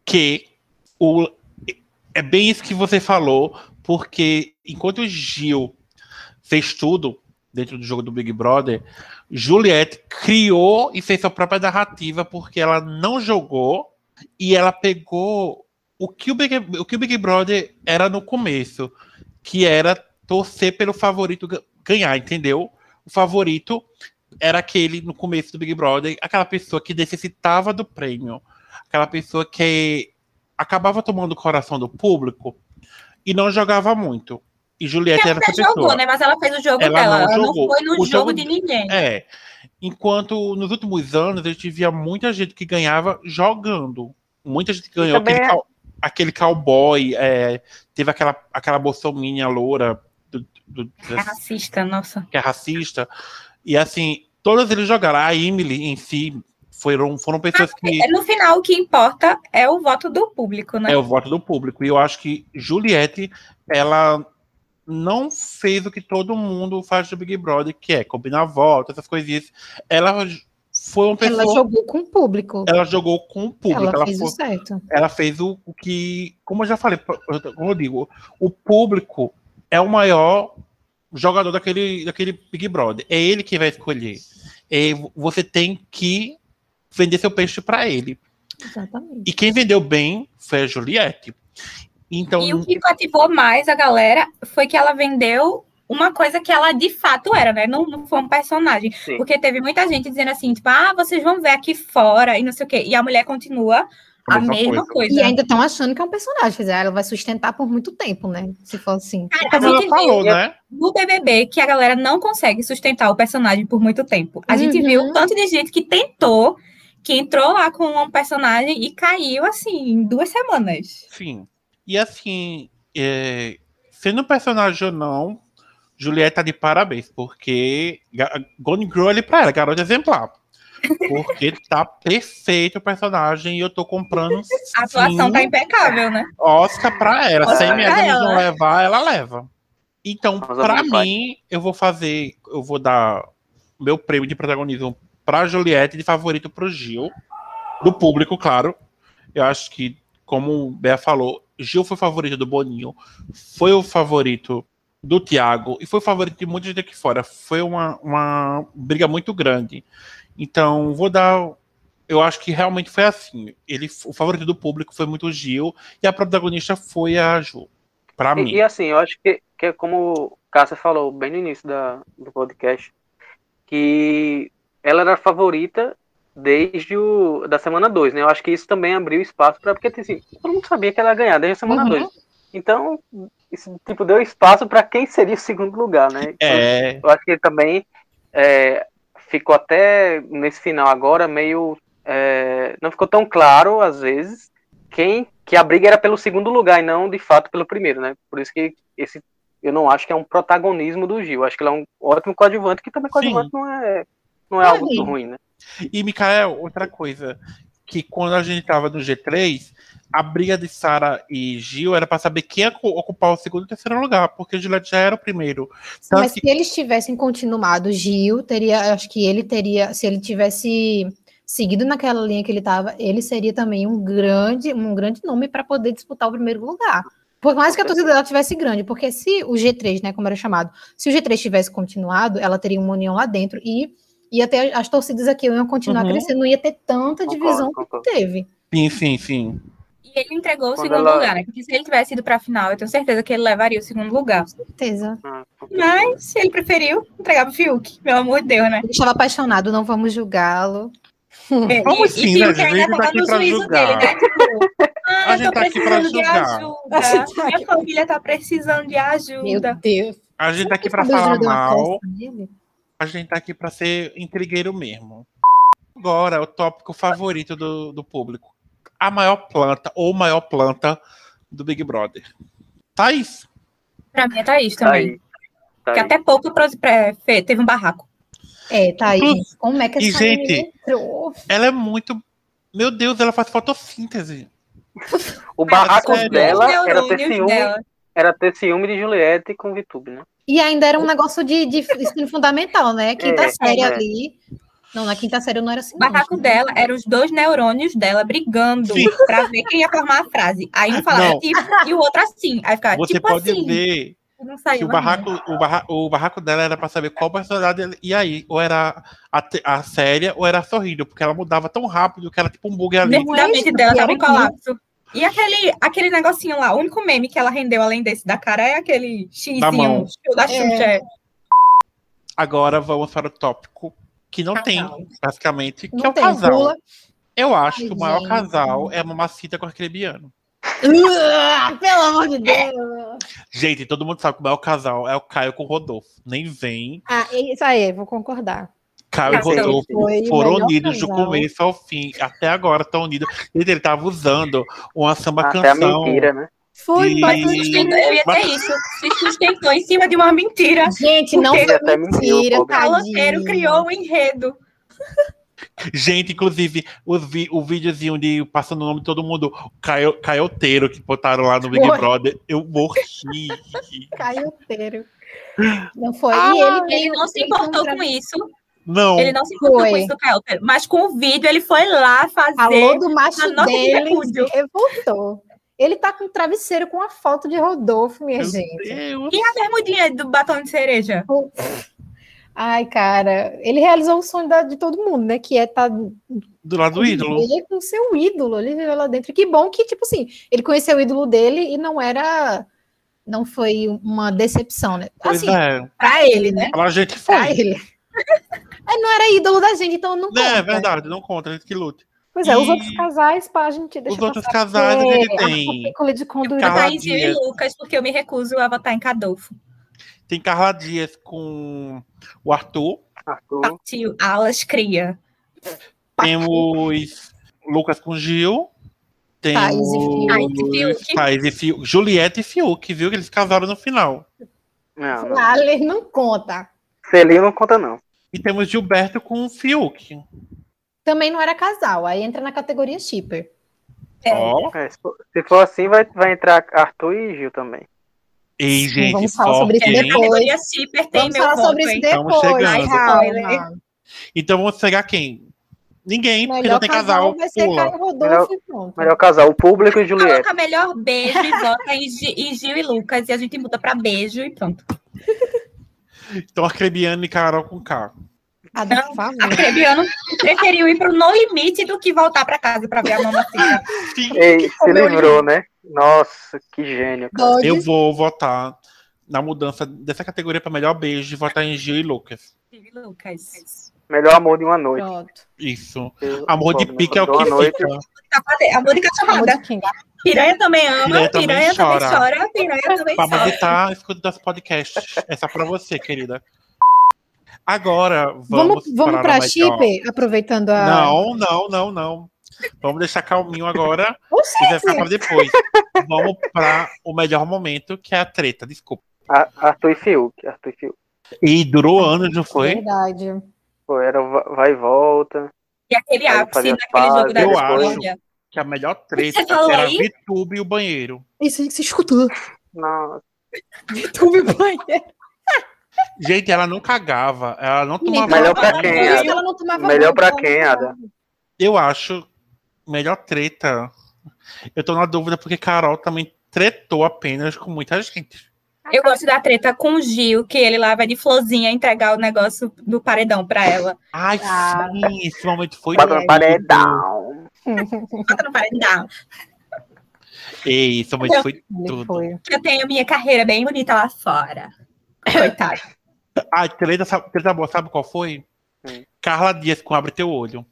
Speaker 4: que o é bem isso que você falou, porque enquanto o Gil fez tudo dentro do jogo do Big Brother, Juliette criou e fez sua própria narrativa porque ela não jogou e ela pegou o que o Big, o que o Big Brother era no começo, que era torcer pelo favorito ga- ganhar, entendeu? O favorito era aquele no começo do Big Brother, aquela pessoa que necessitava do prêmio, aquela pessoa que acabava tomando o coração do público e não jogava muito. E Juliette É
Speaker 1: Ela
Speaker 4: era essa pessoa.
Speaker 1: jogou, né? Mas ela fez o jogo
Speaker 4: Ela
Speaker 1: dela,
Speaker 4: não
Speaker 1: ela
Speaker 4: jogou.
Speaker 1: não foi no
Speaker 4: O
Speaker 1: jogo,
Speaker 4: jogo
Speaker 1: de ninguém.
Speaker 4: É. Enquanto nos últimos anos a gente via muita gente que ganhava jogando. Muita gente que ganhou
Speaker 2: também
Speaker 4: aquele,
Speaker 2: é-
Speaker 4: cow- aquele cowboy, é, teve aquela, aquela bolsominha loura do- do-
Speaker 1: É racista, nossa.
Speaker 4: que é racista. E assim, todos eles jogaram. A Emily em si foram, foram pessoas que.
Speaker 1: É, No final, o que importa é o voto do público, né?
Speaker 4: É o voto do público. E eu acho que Juliette, ela não fez o que todo mundo faz do Big Brother, que é combinar voto, essas coisinhas. Ela j- foi uma pessoa.
Speaker 3: Ela jogou com o público.
Speaker 4: ela jogou com o público.
Speaker 3: Ela,
Speaker 4: Ela,
Speaker 3: fez
Speaker 4: foi-
Speaker 3: o certo.
Speaker 4: ela fez o, o que, como eu já falei, eu- como eu digo, o público é o maior jogador daquele, daquele Big Brother. É ele que vai escolher. E você tem que vender seu peixe para ele.
Speaker 3: Exatamente.
Speaker 4: E quem vendeu bem foi a Juliette. Então,
Speaker 1: E o que cativou mais a galera foi que ela vendeu uma coisa que ela de fato era, né? Não, não foi um personagem.
Speaker 2: Sim.
Speaker 1: Porque teve muita gente dizendo assim, tipo, ah, vocês vão ver aqui fora e não sei o quê. E a mulher continua a,
Speaker 4: A mesma
Speaker 1: mesma, coisa.
Speaker 3: E ainda estão achando que é um personagem, quer dizer, ela vai sustentar por muito tempo, né? Se for assim.
Speaker 1: Cara, a
Speaker 4: Como
Speaker 1: gente
Speaker 4: ela falou,
Speaker 1: viu
Speaker 4: né?
Speaker 1: no BBB que a galera não consegue sustentar o personagem por muito tempo. A gente
Speaker 3: Uhum.
Speaker 1: viu o tanto de gente que tentou, que entrou lá com um personagem e caiu, assim, em duas semanas.
Speaker 4: Sim. E assim, é, sendo personagem ou não, Juliette tá de parabéns, porque ga- Gone Girl olha pra ela, garota exemplar. Porque tá perfeito o personagem e eu tô comprando.
Speaker 1: A atuação
Speaker 4: sim,
Speaker 1: tá impecável, né?
Speaker 4: Oscar pra ela.
Speaker 2: Oscar
Speaker 4: Se a minha
Speaker 1: pra
Speaker 4: não
Speaker 1: ela.
Speaker 4: levar, ela leva. Então,
Speaker 2: Mas
Speaker 4: pra
Speaker 2: alguém vai.
Speaker 4: mim, eu vou fazer. Eu vou dar meu prêmio de protagonismo pra Juliette e de favorito pro Gil. Do público, claro. Eu acho que, como o Bea falou, Gil foi o favorito do Boninho, foi o favorito do Thiago e foi o favorito de muita gente aqui fora. Foi uma, uma briga muito grande. Então, vou dar. Eu acho que realmente foi assim. Ele, o favorito do público foi muito o Gil e a protagonista foi a Ju. Pra mim.
Speaker 2: E, e assim, eu acho que, que é como o Cássia falou bem no início da, do podcast, que ela era a favorita desde o, da semana 2, né? Eu acho que isso também abriu espaço para porque assim, todo mundo sabia que ela ia ganhar desde a semana
Speaker 3: Uhum.
Speaker 2: 2. Então, isso tipo deu espaço para quem seria o segundo lugar, né? Então,
Speaker 4: É,
Speaker 2: eu acho que ele também é, ficou até nesse final agora meio. é, não ficou tão claro, às vezes, quem que a briga era pelo segundo lugar e não, de fato, pelo primeiro, né? Por isso que esse eu não acho que é um protagonismo do Gil. Acho que ele é um ótimo coadjuvante, que também coadjuvante não é, não é
Speaker 3: É,
Speaker 2: algo muito
Speaker 3: Gil.
Speaker 2: ruim, né?
Speaker 4: E, Mikael, outra coisa, que quando a gente tava no G3, a briga de Sara e Gil era pra saber quem ia co- ocupar o segundo e terceiro lugar, porque Juliette já era o primeiro. Tanto
Speaker 3: Mas se
Speaker 4: que-
Speaker 3: eles tivessem continuado, Gil teria, acho que ele teria, se ele tivesse seguido naquela linha que ele estava, ele seria também um grande, um grande nome para poder disputar o primeiro lugar. Por mais que a torcida dela tivesse grande, porque se o G3, né, como era chamado, se o G3 tivesse continuado, ela teria uma união lá dentro e e até as torcidas aqui iam continuar
Speaker 4: Uhum.
Speaker 3: crescendo, não ia ter tanta divisão
Speaker 2: Concordo, concordo.
Speaker 3: que teve.
Speaker 4: Sim, sim, sim.
Speaker 1: E ele entregou o
Speaker 2: Quando
Speaker 1: segundo
Speaker 2: ela-
Speaker 1: lugar, né? Porque se ele tivesse ido pra final, eu tenho certeza que ele levaria o segundo lugar.
Speaker 3: Certeza.
Speaker 2: Ah, concordo.
Speaker 1: Mas ele preferiu entregar pro Fiuk, pelo amor de Deus, né?
Speaker 3: Ele estava apaixonado, não vamos julgá-lo.
Speaker 1: É,
Speaker 4: Como
Speaker 1: e-
Speaker 4: assim,
Speaker 1: e
Speaker 4: né,
Speaker 1: Fiuk
Speaker 4: gente? A gente
Speaker 1: ainda
Speaker 4: tá
Speaker 1: tá
Speaker 4: aqui
Speaker 1: no
Speaker 4: pra
Speaker 1: juízo
Speaker 4: julgar.
Speaker 1: dele, né? Tipo,
Speaker 4: A
Speaker 1: ah,
Speaker 4: gente
Speaker 1: eu tô
Speaker 4: tá aqui pra
Speaker 1: precisando de
Speaker 4: julgar.
Speaker 3: A
Speaker 1: ajuda.
Speaker 3: gente tá aqui
Speaker 1: Minha
Speaker 3: pra-
Speaker 1: família tá precisando de
Speaker 3: Meu
Speaker 1: ajuda.
Speaker 3: Deus.
Speaker 4: A gente tá aqui pra
Speaker 3: Deus
Speaker 4: falar
Speaker 3: já deu uma
Speaker 4: mal,
Speaker 3: força nele?
Speaker 4: a gente tá aqui pra ser intrigueiro mesmo. Agora, o tópico favorito do, do público. A maior planta, ou maior planta do Big Brother. Thaís,
Speaker 1: Pra mim é Thaís
Speaker 2: Tá
Speaker 1: também.
Speaker 2: aí. Tá
Speaker 1: Que
Speaker 2: aí.
Speaker 1: até pouco pro- pra- fe- teve um barraco.
Speaker 3: É, tá aí, gente. Como é que
Speaker 4: Hum. E,
Speaker 3: essa menina
Speaker 4: gente,
Speaker 3: entrou?
Speaker 4: ela é muito. Meu Deus, ela faz fotossíntese.
Speaker 2: O barraco
Speaker 4: sério.
Speaker 2: dela
Speaker 1: Os
Speaker 2: era um. ter,
Speaker 1: neurônios
Speaker 2: ciúme,
Speaker 1: né? dela.
Speaker 2: era ter ciúme de Juliette com Vitube, né?
Speaker 3: E ainda era um negócio de, de ensino fundamental, né? Quinta
Speaker 2: É,
Speaker 3: série
Speaker 2: é.
Speaker 3: ali. Não, na quinta série eu não era assim.
Speaker 1: O
Speaker 3: não,
Speaker 1: barraco
Speaker 3: gente.
Speaker 1: dela eram os dois neurônios dela brigando
Speaker 4: Sim. Ah,
Speaker 1: pra ver quem ia formar a frase. Aí um falava
Speaker 4: Não.
Speaker 1: tipo e o outro assim. Aí ficava
Speaker 4: Você
Speaker 1: tipo
Speaker 4: pode
Speaker 1: assim. tá,
Speaker 4: ver
Speaker 1: Não saiu
Speaker 4: que o
Speaker 1: ainda.
Speaker 4: barraco, o, barra, o barraco dela era pra saber qual personalidade ela ia ir. Ou era a, te- a séria ou era a sorrindo, porque ela mudava tão rápido que era tipo um bug ali.
Speaker 1: Dentro da mente
Speaker 3: Não é
Speaker 1: dela tava em
Speaker 3: isso?
Speaker 1: colapso. E aquele, aquele negocinho lá, o único meme que ela rendeu além desse da cara é aquele xizinho
Speaker 4: Da mão.
Speaker 1: show
Speaker 3: É.
Speaker 1: da Xuxa.
Speaker 4: Agora vamos para o tópico que não
Speaker 1: Casal.
Speaker 4: tem, basicamente, que
Speaker 3: Não
Speaker 4: é o
Speaker 3: tem,
Speaker 4: casal.
Speaker 3: pula.
Speaker 4: Eu acho
Speaker 3: Ai,
Speaker 4: que o maior
Speaker 3: gente.
Speaker 4: casal é a Mamacita com a Arcrebiano.
Speaker 3: Ah, Pelo amor de Deus.
Speaker 4: Gente, todo mundo sabe que o maior casal é o Caio com o Rodolfo. Nem vem.
Speaker 3: Ah, é isso aí, vou concordar.
Speaker 4: Caio e
Speaker 1: Casal.
Speaker 4: Rodolfo
Speaker 3: então, Foi o
Speaker 4: foram
Speaker 3: melhor
Speaker 4: unidos do
Speaker 3: casal.
Speaker 4: começo ao fim. Até agora estão unidos. Gente, ele tava usando uma samba
Speaker 2: Até a
Speaker 4: canção.
Speaker 2: mentira, né?
Speaker 3: Foi,
Speaker 4: E-
Speaker 1: Mas
Speaker 3: mas...
Speaker 1: se sustentou, eu ia
Speaker 4: Mas-
Speaker 1: ter isso. Se sustentou em cima de uma mentira.
Speaker 3: Gente, não
Speaker 1: Porque-
Speaker 3: foi
Speaker 2: Ele até mentiu,
Speaker 3: mentira,
Speaker 1: O caloteiro
Speaker 3: tadinho.
Speaker 1: criou um enredo.
Speaker 4: Gente, inclusive, os vi- o videozinho de passando o nome de todo mundo, Caio, Caioteiro, que botaram lá no Big
Speaker 3: Foi.
Speaker 4: Brother, eu morri.
Speaker 3: Caioteiro. Não foi.
Speaker 1: Ah,
Speaker 3: e ele, um
Speaker 1: ele
Speaker 3: veio-
Speaker 1: não se
Speaker 3: ele
Speaker 1: importou
Speaker 3: contra-
Speaker 1: com isso.
Speaker 4: Não,
Speaker 1: Ele não se importou
Speaker 3: Foi.
Speaker 1: com isso do Kelper. Mas com o vídeo ele foi lá fazer.
Speaker 3: Falou do macho
Speaker 1: a nota de
Speaker 3: dele,
Speaker 1: repúdio.
Speaker 3: revoltou. Ele tá com um travesseiro com a foto de Rodolfo, minha
Speaker 4: Meu
Speaker 3: é gente.
Speaker 4: Deus.
Speaker 1: E a bermudinha do batom de cereja?
Speaker 3: Ai, cara, ele realizou o sonho da- de todo mundo, né? Que é estar
Speaker 4: do lado do ídolo.
Speaker 3: ele é com seu ídolo, ele viveu lá dentro. Que bom que, tipo assim, ele conheceu o ídolo dele e não era não foi uma decepção, né?
Speaker 4: Pois
Speaker 3: assim,
Speaker 4: é.
Speaker 3: pra ele, né?
Speaker 4: Pra gente foi.
Speaker 3: Pra ele. Mas não era ídolo da gente, então não
Speaker 4: Não, é
Speaker 3: conta.
Speaker 4: verdade, não conta, a gente que lute.
Speaker 6: Pois é, os
Speaker 4: E-
Speaker 6: outros casais, pá, a gente deixa
Speaker 4: Os outros
Speaker 6: passar,
Speaker 4: casais,
Speaker 3: É,
Speaker 6: porque
Speaker 4: a gente
Speaker 6: a
Speaker 4: tem.
Speaker 6: película de
Speaker 4: Tá
Speaker 6: Condurá.
Speaker 4: Carla
Speaker 1: Thaís e
Speaker 4: Dias.
Speaker 1: Lucas, porque eu me recuso a votar em Cadolfo.
Speaker 4: Tem Carla Dias com o Arthur.
Speaker 2: Arthur,
Speaker 1: Partiu Alas Cria.
Speaker 4: Temos Lucas com Gil.
Speaker 3: Thaís e
Speaker 4: Temos
Speaker 1: Fiuk.
Speaker 4: Thaís e Fiuk. Juliette e Fiuk, viu? Que eles casaram no final.
Speaker 2: não, não.
Speaker 3: Lale não conta.
Speaker 2: Selinho não conta, não.
Speaker 4: E temos Gilberto com o Fiuk.
Speaker 3: Também não era casal, aí entra na categoria shipper.
Speaker 1: É.
Speaker 4: Ó.
Speaker 2: É, se, for, se for assim, vai, vai entrar Arthur e Gil também.
Speaker 3: Sim,
Speaker 4: Ei, gente,
Speaker 3: vamos falar sobre
Speaker 4: forte,
Speaker 3: isso
Speaker 4: hein?
Speaker 1: A
Speaker 3: depois.
Speaker 1: categoria Cipher tem
Speaker 3: Vamos
Speaker 1: meu
Speaker 3: falar
Speaker 1: voto,
Speaker 3: sobre isso
Speaker 1: hein?
Speaker 4: Estamos
Speaker 3: depois.
Speaker 4: chegando.
Speaker 3: Calma.
Speaker 2: né?
Speaker 4: Então vamos pegar quem? Ninguém, porque não
Speaker 3: Melhor
Speaker 4: tem
Speaker 3: casal
Speaker 4: casal.
Speaker 3: vai ser
Speaker 4: Pula.
Speaker 3: Caio Rodolfo
Speaker 2: Melhor-
Speaker 3: e pronto.
Speaker 2: Melhor casal, o público e Juliette.
Speaker 1: Coloca melhor beijo e vota em, Gi- em Gil e Lucas. E a gente muda pra beijo e pronto.
Speaker 4: Então a Crebiane e Carol com K.
Speaker 3: Ah, por favor.
Speaker 1: A Crebiano preferiu ir pro No Limite do que voltar pra casa pra ver a assim, tá? mamacita.
Speaker 4: Sim,
Speaker 2: Ei, se livrou, né? Nossa, que gênio. cara.
Speaker 3: Dodge.
Speaker 4: eu vou votar na mudança dessa categoria para melhor beijo e votar em Gil e Lucas.
Speaker 1: Gil e Lucas.
Speaker 2: Melhor amor de uma noite.
Speaker 3: Pronto.
Speaker 4: Isso.
Speaker 2: Eu-
Speaker 4: Amor de
Speaker 2: Pô,
Speaker 4: pique é o
Speaker 2: uma
Speaker 4: que
Speaker 2: noite,
Speaker 4: fica.
Speaker 1: Tá fazendo- Amor de
Speaker 3: Calma
Speaker 1: cachorrada.
Speaker 3: de quem?
Speaker 1: Piranha também ama,
Speaker 4: Piranha também
Speaker 1: piranha também
Speaker 4: chora.
Speaker 1: chora, piranha também
Speaker 4: Pra
Speaker 1: chora.
Speaker 4: visitar, escuta nosso podcast. Essa é pra você, querida. Agora, vamos,
Speaker 3: Vamos, vamos
Speaker 4: para
Speaker 3: pra
Speaker 4: a
Speaker 3: shipper, aproveitando a...
Speaker 4: Não, não, não, não. Vamos deixar calminho agora.
Speaker 3: Oxe,
Speaker 4: E vai ficar pra depois. Vamos pra o melhor momento, que é a treta. Desculpa.
Speaker 2: A- Arthur e Fiuk. Arthur e Fiuk.
Speaker 4: E durou anos, não foi?
Speaker 3: verdade.
Speaker 2: Pô, era o va- vai e volta.
Speaker 1: E aquele
Speaker 2: Aí
Speaker 1: ápice
Speaker 2: fazia
Speaker 1: naquele
Speaker 2: fase,
Speaker 1: jogo da
Speaker 4: eu
Speaker 1: discórdia.
Speaker 4: Que a melhor treta
Speaker 1: Você falou
Speaker 4: era a
Speaker 1: aí?
Speaker 4: VTube e o banheiro.
Speaker 3: Isso a gente se escutou.
Speaker 2: Nossa,
Speaker 3: Tube banheiro.
Speaker 4: Gente, ela não cagava, ela não
Speaker 3: Ninguém
Speaker 4: tomava
Speaker 2: Melhor
Speaker 4: banho.
Speaker 2: pra quem, Ada?
Speaker 3: Ela não tomava
Speaker 2: Melhor
Speaker 3: banho,
Speaker 2: pra
Speaker 3: então,
Speaker 2: quem,
Speaker 3: não.
Speaker 2: Ada?
Speaker 4: Eu acho melhor treta. Eu tô na dúvida porque Carol também tretou apenas com muita gente.
Speaker 1: Eu gosto da treta com o Gil, que ele lá vai de florzinha entregar o negócio do paredão pra ela.
Speaker 4: Ai,
Speaker 3: Ah.
Speaker 4: sim, esse momento foi.
Speaker 2: bota no
Speaker 4: tudo.
Speaker 2: paredão.
Speaker 1: Bota no paredão.
Speaker 4: Ei, esse momento foi
Speaker 3: Ele
Speaker 4: tudo.
Speaker 3: foi.
Speaker 1: Eu tenho minha carreira bem bonita lá fora. Coitado.
Speaker 4: A treta, sabe- treta boa, sabe qual foi?
Speaker 2: Hum.
Speaker 4: Carla Dias com Abre Teu Olho.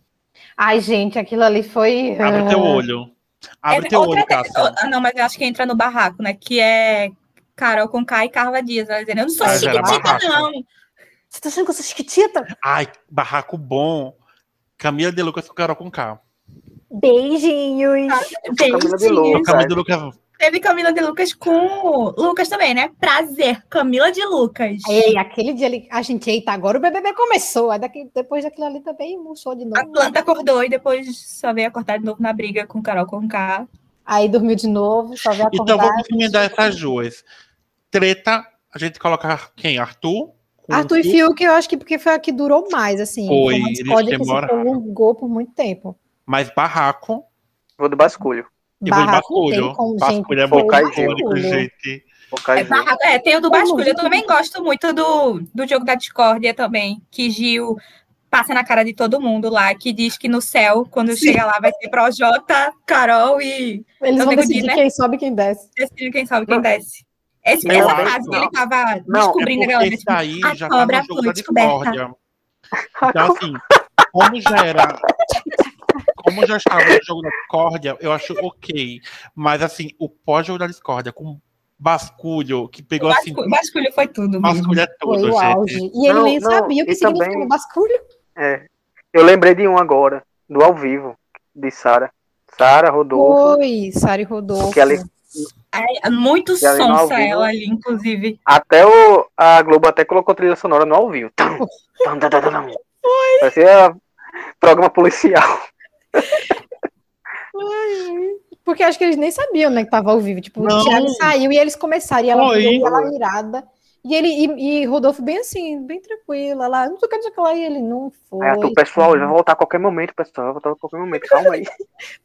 Speaker 6: Ai, gente, aquilo ali foi.
Speaker 3: ah,
Speaker 4: Abre Teu Olho. Abre
Speaker 1: É,
Speaker 4: Teu
Speaker 1: outra
Speaker 4: Olho,
Speaker 1: treta-
Speaker 4: Cássio.
Speaker 1: Ah, não, mas eu acho que entra no barraco, né? Que é Carol com K e Carla Dias. Ela dizendo, eu não sou
Speaker 4: Ah, já era
Speaker 1: chiquitita,
Speaker 4: barraco.
Speaker 1: não.
Speaker 6: Você tá achando que eu sou chiquitita?
Speaker 4: Ai, barraco bom. Camila de Lucas com Carol com K.
Speaker 6: Beijinhos.
Speaker 2: Camila de
Speaker 1: Gente,
Speaker 2: Lucas.
Speaker 4: Camila de Lucas.
Speaker 1: Teve Camila de Lucas com Lucas também, né? Prazer, Camila de Lucas.
Speaker 3: Ei, aquele dia ali, a gente, eita, agora o BBB começou. Aí daqui, depois daquilo ali também murchou de
Speaker 1: A
Speaker 3: novo.
Speaker 1: planta acordou e depois só veio acordar de novo na briga com Carol Conká.
Speaker 3: Aí dormiu de novo, só veio acordar.
Speaker 4: Então vamos emendar essas duas. Treta, a gente coloca quem? Arthur? Com
Speaker 3: Arthur e Fiuk, eu acho que porque foi a que durou mais, assim.
Speaker 4: Foi,
Speaker 3: uma
Speaker 4: eles
Speaker 3: discórdia que se
Speaker 4: demoraram.
Speaker 3: prolongou por muito tempo.
Speaker 4: Mas barraco.
Speaker 2: Vou do basculho.
Speaker 4: E vou de
Speaker 3: Barraco não tem
Speaker 4: basculho.
Speaker 3: como,
Speaker 4: Basculho é
Speaker 3: foi
Speaker 4: muito
Speaker 2: Basculho.
Speaker 4: icônico, gente.
Speaker 2: Vou
Speaker 1: É,
Speaker 2: cair junto.
Speaker 1: barra- é, tem o do
Speaker 3: Como
Speaker 1: Basculho. Eu
Speaker 3: que-
Speaker 1: também gosto muito do, do jogo da discórdia também, que Gil passa na cara de todo mundo lá, que diz que no céu, quando chega lá, vai ser Projota, Carol e
Speaker 3: Eles
Speaker 1: Eu
Speaker 3: vão
Speaker 1: decidi,
Speaker 3: decidir
Speaker 1: né?
Speaker 3: quem sobe e quem desce.
Speaker 1: decide quem sabe quem
Speaker 2: Não.
Speaker 1: desce. Esse,
Speaker 2: Não,
Speaker 1: essa
Speaker 2: não.
Speaker 1: fase que ele tava
Speaker 2: Não, é
Speaker 1: descobrindo a
Speaker 4: é
Speaker 1: galera.
Speaker 4: porque esse
Speaker 1: tipo,
Speaker 4: daí
Speaker 1: a
Speaker 4: já tá
Speaker 1: cobra
Speaker 4: no jogo da
Speaker 1: foi descoberta.
Speaker 4: discórdia. Então, assim, como já era... Como já estava no jogo da discórdia, eu acho ok. Mas, assim, o pós-jogo da discórdia com basculho, que pegou, assim,
Speaker 1: Basculho, basculho foi tudo. mesmo.
Speaker 4: basculho é
Speaker 3: Foi
Speaker 4: tudo,
Speaker 3: o
Speaker 4: gente.
Speaker 3: auge. E ele
Speaker 2: Não,
Speaker 3: nem
Speaker 2: não,
Speaker 3: sabia o que
Speaker 2: e
Speaker 3: significava
Speaker 2: também-
Speaker 3: basculho.
Speaker 2: É. Eu lembrei de um agora, do ao vivo, de Sara. Sara, Rodolfo.
Speaker 3: Foi, Sari Rodolfo.
Speaker 2: Que é ali-
Speaker 1: Ai, né? É Muito
Speaker 2: E ali no ao
Speaker 1: sonsa
Speaker 2: vivo-
Speaker 1: ela ali, inclusive.
Speaker 2: Até o, a Globo até colocou trilha sonora no ao vivo. Tum, tum, tum, tum, tum. Parecia programa policial.
Speaker 3: Porque acho que eles nem sabiam, né, que tava ao vivo. Tipo,
Speaker 4: Não.
Speaker 3: o Thiago saiu e eles começaram, e ela
Speaker 4: Foi.
Speaker 3: virou, e ela irada. E ele e, e Rodolfo bem assim, bem tranquila lá, não tô querendo que lá, e ele não foi.
Speaker 2: Aí Arthur, É, pessoal, ele vai voltar a qualquer momento, pessoal. Vai voltar a qualquer momento. Calma aí.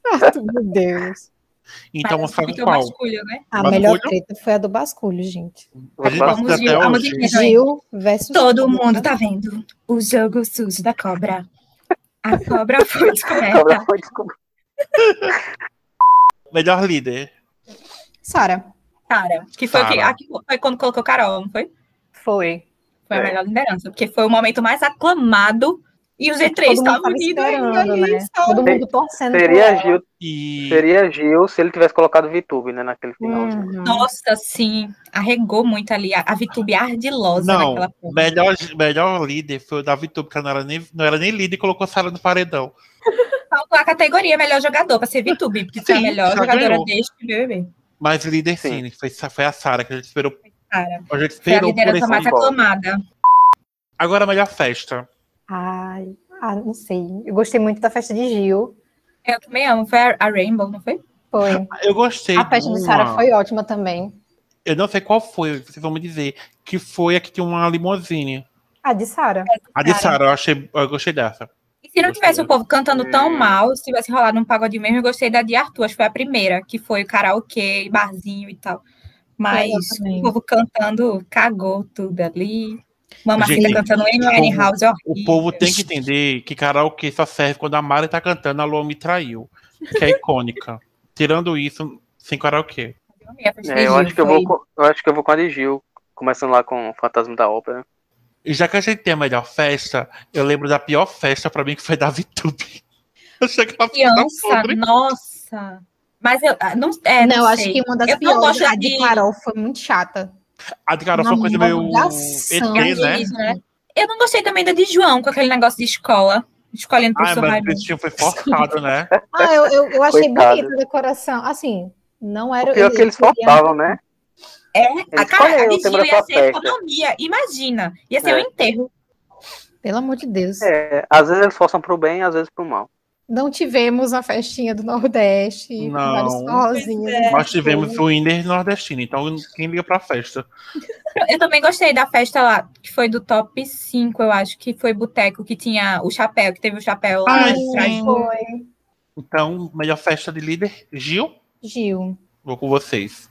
Speaker 3: Arthur, Ah, meu Deus.
Speaker 4: Então,
Speaker 1: Mas
Speaker 4: sabe
Speaker 1: fica o
Speaker 4: qual?
Speaker 1: basculho, né?
Speaker 3: A
Speaker 4: Basculho?
Speaker 3: melhor treta foi a do basculho, gente.
Speaker 4: A gente
Speaker 1: Vamos,
Speaker 4: assiste
Speaker 1: Gil.
Speaker 4: até
Speaker 1: A
Speaker 4: hoje.
Speaker 1: musiquinha já entra.
Speaker 3: Gil versus
Speaker 1: Todo mundo tá vendo o jogo sujo da cobra. A cobra foi descoberta.
Speaker 2: Agora foi desculpa.
Speaker 4: Melhor líder.
Speaker 3: Sara.
Speaker 1: Cara, que foi, o que,
Speaker 4: Cara.
Speaker 1: aqui foi quando colocou Carol, não foi?
Speaker 6: Foi.
Speaker 1: Foi a
Speaker 2: É.
Speaker 1: melhor liderança, porque foi o momento mais aclamado e os E3
Speaker 6: É Todo mundo
Speaker 1: estavam
Speaker 6: tava
Speaker 1: unidos ainda
Speaker 6: esperando,
Speaker 1: ali,
Speaker 6: né?
Speaker 1: só-
Speaker 6: Todo mundo torcendo.
Speaker 2: Seria Gil,
Speaker 4: E
Speaker 2: seria Gil se ele tivesse colocado o VTube, né,
Speaker 3: Hum,
Speaker 2: naquele finalzinho.
Speaker 1: Nossa, sim, arregou muito ali a, a Vitube ardilosa
Speaker 4: Não,
Speaker 1: naquela porra.
Speaker 4: melhor, melhor líder foi o Davi Tube, que não era, nem, não era nem líder e colocou Sara no paredão.
Speaker 1: Faltou a categoria melhor jogador para ser Vitube, porque foi a
Speaker 4: Sim,
Speaker 1: melhor
Speaker 4: já
Speaker 1: jogadora
Speaker 4: ganhou.
Speaker 1: deste BBB.
Speaker 4: Mas líder sim,
Speaker 2: Sim.
Speaker 4: foi, foi a Sara, que a gente esperou.
Speaker 1: Sara.
Speaker 4: A gente
Speaker 1: Foi a
Speaker 4: esperou por
Speaker 1: liderança
Speaker 4: esse
Speaker 1: mais
Speaker 4: voto.
Speaker 1: aclamada.
Speaker 4: Agora a melhor festa.
Speaker 6: Ai, ah, não sei. Eu gostei muito da festa de Gil.
Speaker 1: Eu também amo, foi a, a Rainbow, não foi?
Speaker 6: Foi.
Speaker 4: Eu gostei.
Speaker 6: A festa de
Speaker 4: de
Speaker 6: Sara
Speaker 4: uma-
Speaker 6: foi ótima também.
Speaker 4: Eu não sei qual foi, vocês vão me dizer. Que foi a que tinha uma limousine.
Speaker 6: A de Sara.
Speaker 4: A de
Speaker 1: Cara.
Speaker 4: Sara, eu, achei, eu gostei dessa.
Speaker 1: E se não
Speaker 4: Gostei.
Speaker 1: tivesse o povo cantando tão
Speaker 3: É.
Speaker 2: Hum.
Speaker 1: mal, se tivesse rolado um pagode mesmo, eu gostei da de Arthur, acho que foi a primeira, que foi o karaokê, barzinho e tal. Mas
Speaker 6: Eu também.
Speaker 1: o povo cantando cagou tudo ali. Mamacita
Speaker 4: Gente,
Speaker 1: cantando em
Speaker 4: o
Speaker 1: Winehouse, House,
Speaker 4: O povo tem que entender que karaokê só serve quando a Mari tá cantando A Lua Me Traiu, que é icônica. Tirando isso, sem karaokê.
Speaker 2: É, eu acho que eu vou, co- eu acho que eu vou com a de Gil, começando lá com o Fantasma da Ópera.
Speaker 4: E já que a gente tem a melhor festa, eu lembro da pior festa pra mim, que foi da VTube. Eu achei que ela
Speaker 2: um
Speaker 4: foi tão
Speaker 1: Criança,
Speaker 4: podre.
Speaker 1: nossa. Mas eu ah, não, é,
Speaker 3: não,
Speaker 1: não,
Speaker 3: eu acho
Speaker 1: sei.
Speaker 3: que uma das
Speaker 1: Eu não
Speaker 3: piores,
Speaker 1: gosto
Speaker 3: a de
Speaker 1: de-
Speaker 3: Carol, foi muito chata.
Speaker 4: A de Carol foi uma coisa meio ET, né?
Speaker 1: Alienígena, né? Eu não gostei também da de João, com aquele negócio de escola, escolhendo
Speaker 4: Ah,
Speaker 1: professor
Speaker 4: mas o
Speaker 1: Raimundo.
Speaker 4: Cristinho foi forçado, né?
Speaker 3: Ah, eu, eu, eu achei
Speaker 2: Coitado.
Speaker 3: bonita a decoração. Assim, não era...
Speaker 2: O pior é que eles faltavam, né?
Speaker 1: A
Speaker 2: Ele
Speaker 1: cara, a
Speaker 2: escolheu
Speaker 1: de
Speaker 2: o tema
Speaker 1: Gil
Speaker 2: da
Speaker 1: ia
Speaker 2: sua
Speaker 1: ser
Speaker 2: festa.
Speaker 1: economia, imagina. Ia ser
Speaker 2: tá É.
Speaker 1: um enterro.
Speaker 3: Pelo amor de Deus.
Speaker 2: É, às vezes eles forçam pro bem, às vezes pro mal.
Speaker 3: Não tivemos a festinha do Nordeste,
Speaker 4: Não.
Speaker 3: vários forrozinhos.
Speaker 1: Pois é.
Speaker 4: Nós tivemos o Winner nordestino, então quem liga pra festa?
Speaker 1: Eu também gostei da festa lá, que foi do top 5, eu acho, que foi boteco, que tinha o chapéu, que teve o chapéu lá.
Speaker 4: Ai,
Speaker 1: atrás.
Speaker 4: sim.
Speaker 6: Foi.
Speaker 4: Então, melhor festa de líder, Gil,
Speaker 3: Gil.
Speaker 4: vou com vocês.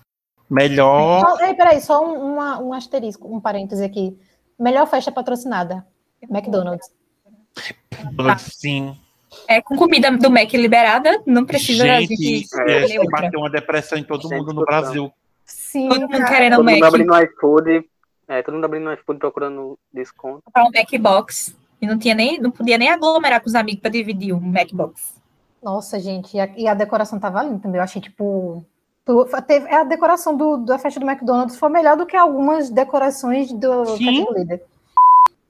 Speaker 4: Melhor.
Speaker 3: Só- ei, peraí, só um, uma- um asterisco, um parêntese aqui. Melhor festa patrocinada. McDonald's.
Speaker 1: Tá.
Speaker 4: Sim.
Speaker 1: É com comida do Mac liberada, não precisa da
Speaker 4: Gente,
Speaker 1: escolher
Speaker 4: é, acho que
Speaker 1: outra.
Speaker 4: bateu uma depressão em todo
Speaker 2: Gente,
Speaker 4: mundo no
Speaker 2: total.
Speaker 4: Brasil.
Speaker 6: Sim.
Speaker 1: Todo mundo
Speaker 6: cara.
Speaker 1: querendo
Speaker 2: todo
Speaker 1: um
Speaker 2: mundo
Speaker 1: Mac,
Speaker 2: abrindo iFood. É, todo mundo abrindo iFood procurando desconto.
Speaker 1: comprar um Mac Box. E não, tinha nem, não podia nem aglomerar com os amigos para dividir um Mac Box.
Speaker 3: Nossa, gente, e a, e a decoração tava linda também. Eu achei, tipo. tu- teve- é, a decoração do, da festa do McDonald's foi melhor do que algumas decorações do
Speaker 4: Sim.
Speaker 3: Categoria Líder.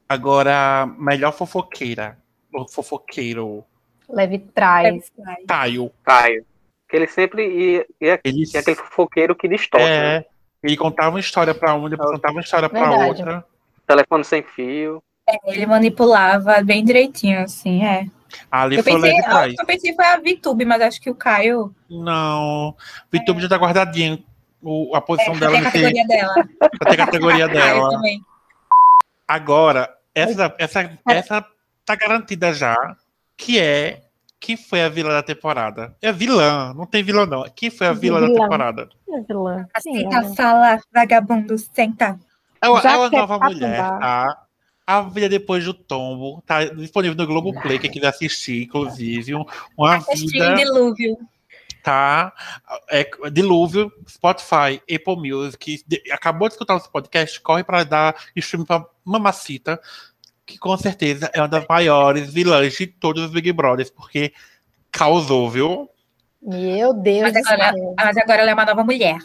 Speaker 4: Agora, melhor fofoqueira. Ou fofoqueiro.
Speaker 3: Leve trás.
Speaker 4: Caio.
Speaker 2: Caio. Que ele sempre ia, ia,
Speaker 4: Ele,
Speaker 2: ia é aquele fofoqueiro que distorce. né? Tá.
Speaker 4: é, ele contava uma história pra uma, depois contava uma história pra
Speaker 3: Verdade.
Speaker 4: outra.
Speaker 2: Telefone sem fio.
Speaker 1: Ele manipulava bem direitinho, assim, é.
Speaker 4: Ali
Speaker 1: Eu
Speaker 4: foi
Speaker 1: pensei,
Speaker 4: leve
Speaker 1: a
Speaker 4: trás.
Speaker 1: última que eu pensei foi a VTube, mas acho que o Caio
Speaker 4: Não. Vitube já tá guardadinha. O- a
Speaker 1: é,
Speaker 4: posição
Speaker 1: tem
Speaker 4: dela
Speaker 1: a
Speaker 4: não tem
Speaker 1: categoria dela.
Speaker 4: até categoria
Speaker 1: Caio
Speaker 4: dela.
Speaker 1: também.
Speaker 4: Agora, essa, essa, essa tá garantida já, que é quem foi a vilã da temporada. É vilã, não tem vilã não. Quem foi a vilã da
Speaker 6: Vilã.
Speaker 4: temporada?
Speaker 6: Vilã. Sim,
Speaker 3: é.
Speaker 1: Senta,
Speaker 6: ela-
Speaker 1: fala, vagabundo, senta.
Speaker 4: É uma,
Speaker 6: Já
Speaker 4: é uma
Speaker 6: quer
Speaker 4: nova
Speaker 6: afundar.
Speaker 4: mulher, tá? A Vida Depois do Tombo, tá disponível no Globoplay, quem quiser assistir, inclusive. um- Uma
Speaker 1: Assistindo
Speaker 4: vida,
Speaker 1: dilúvio.
Speaker 4: tá? É, Dilúvio, Spotify, Apple Music. De- acabou de escutar nosso podcast, corre pra dar stream pra Mamacita, que com certeza é uma das maiores vilãs de todos os Big Brothers, porque causou, viu?
Speaker 3: Meu Deus do
Speaker 1: Mas agora-
Speaker 3: céu.
Speaker 1: Mas agora ela é uma nova mulher.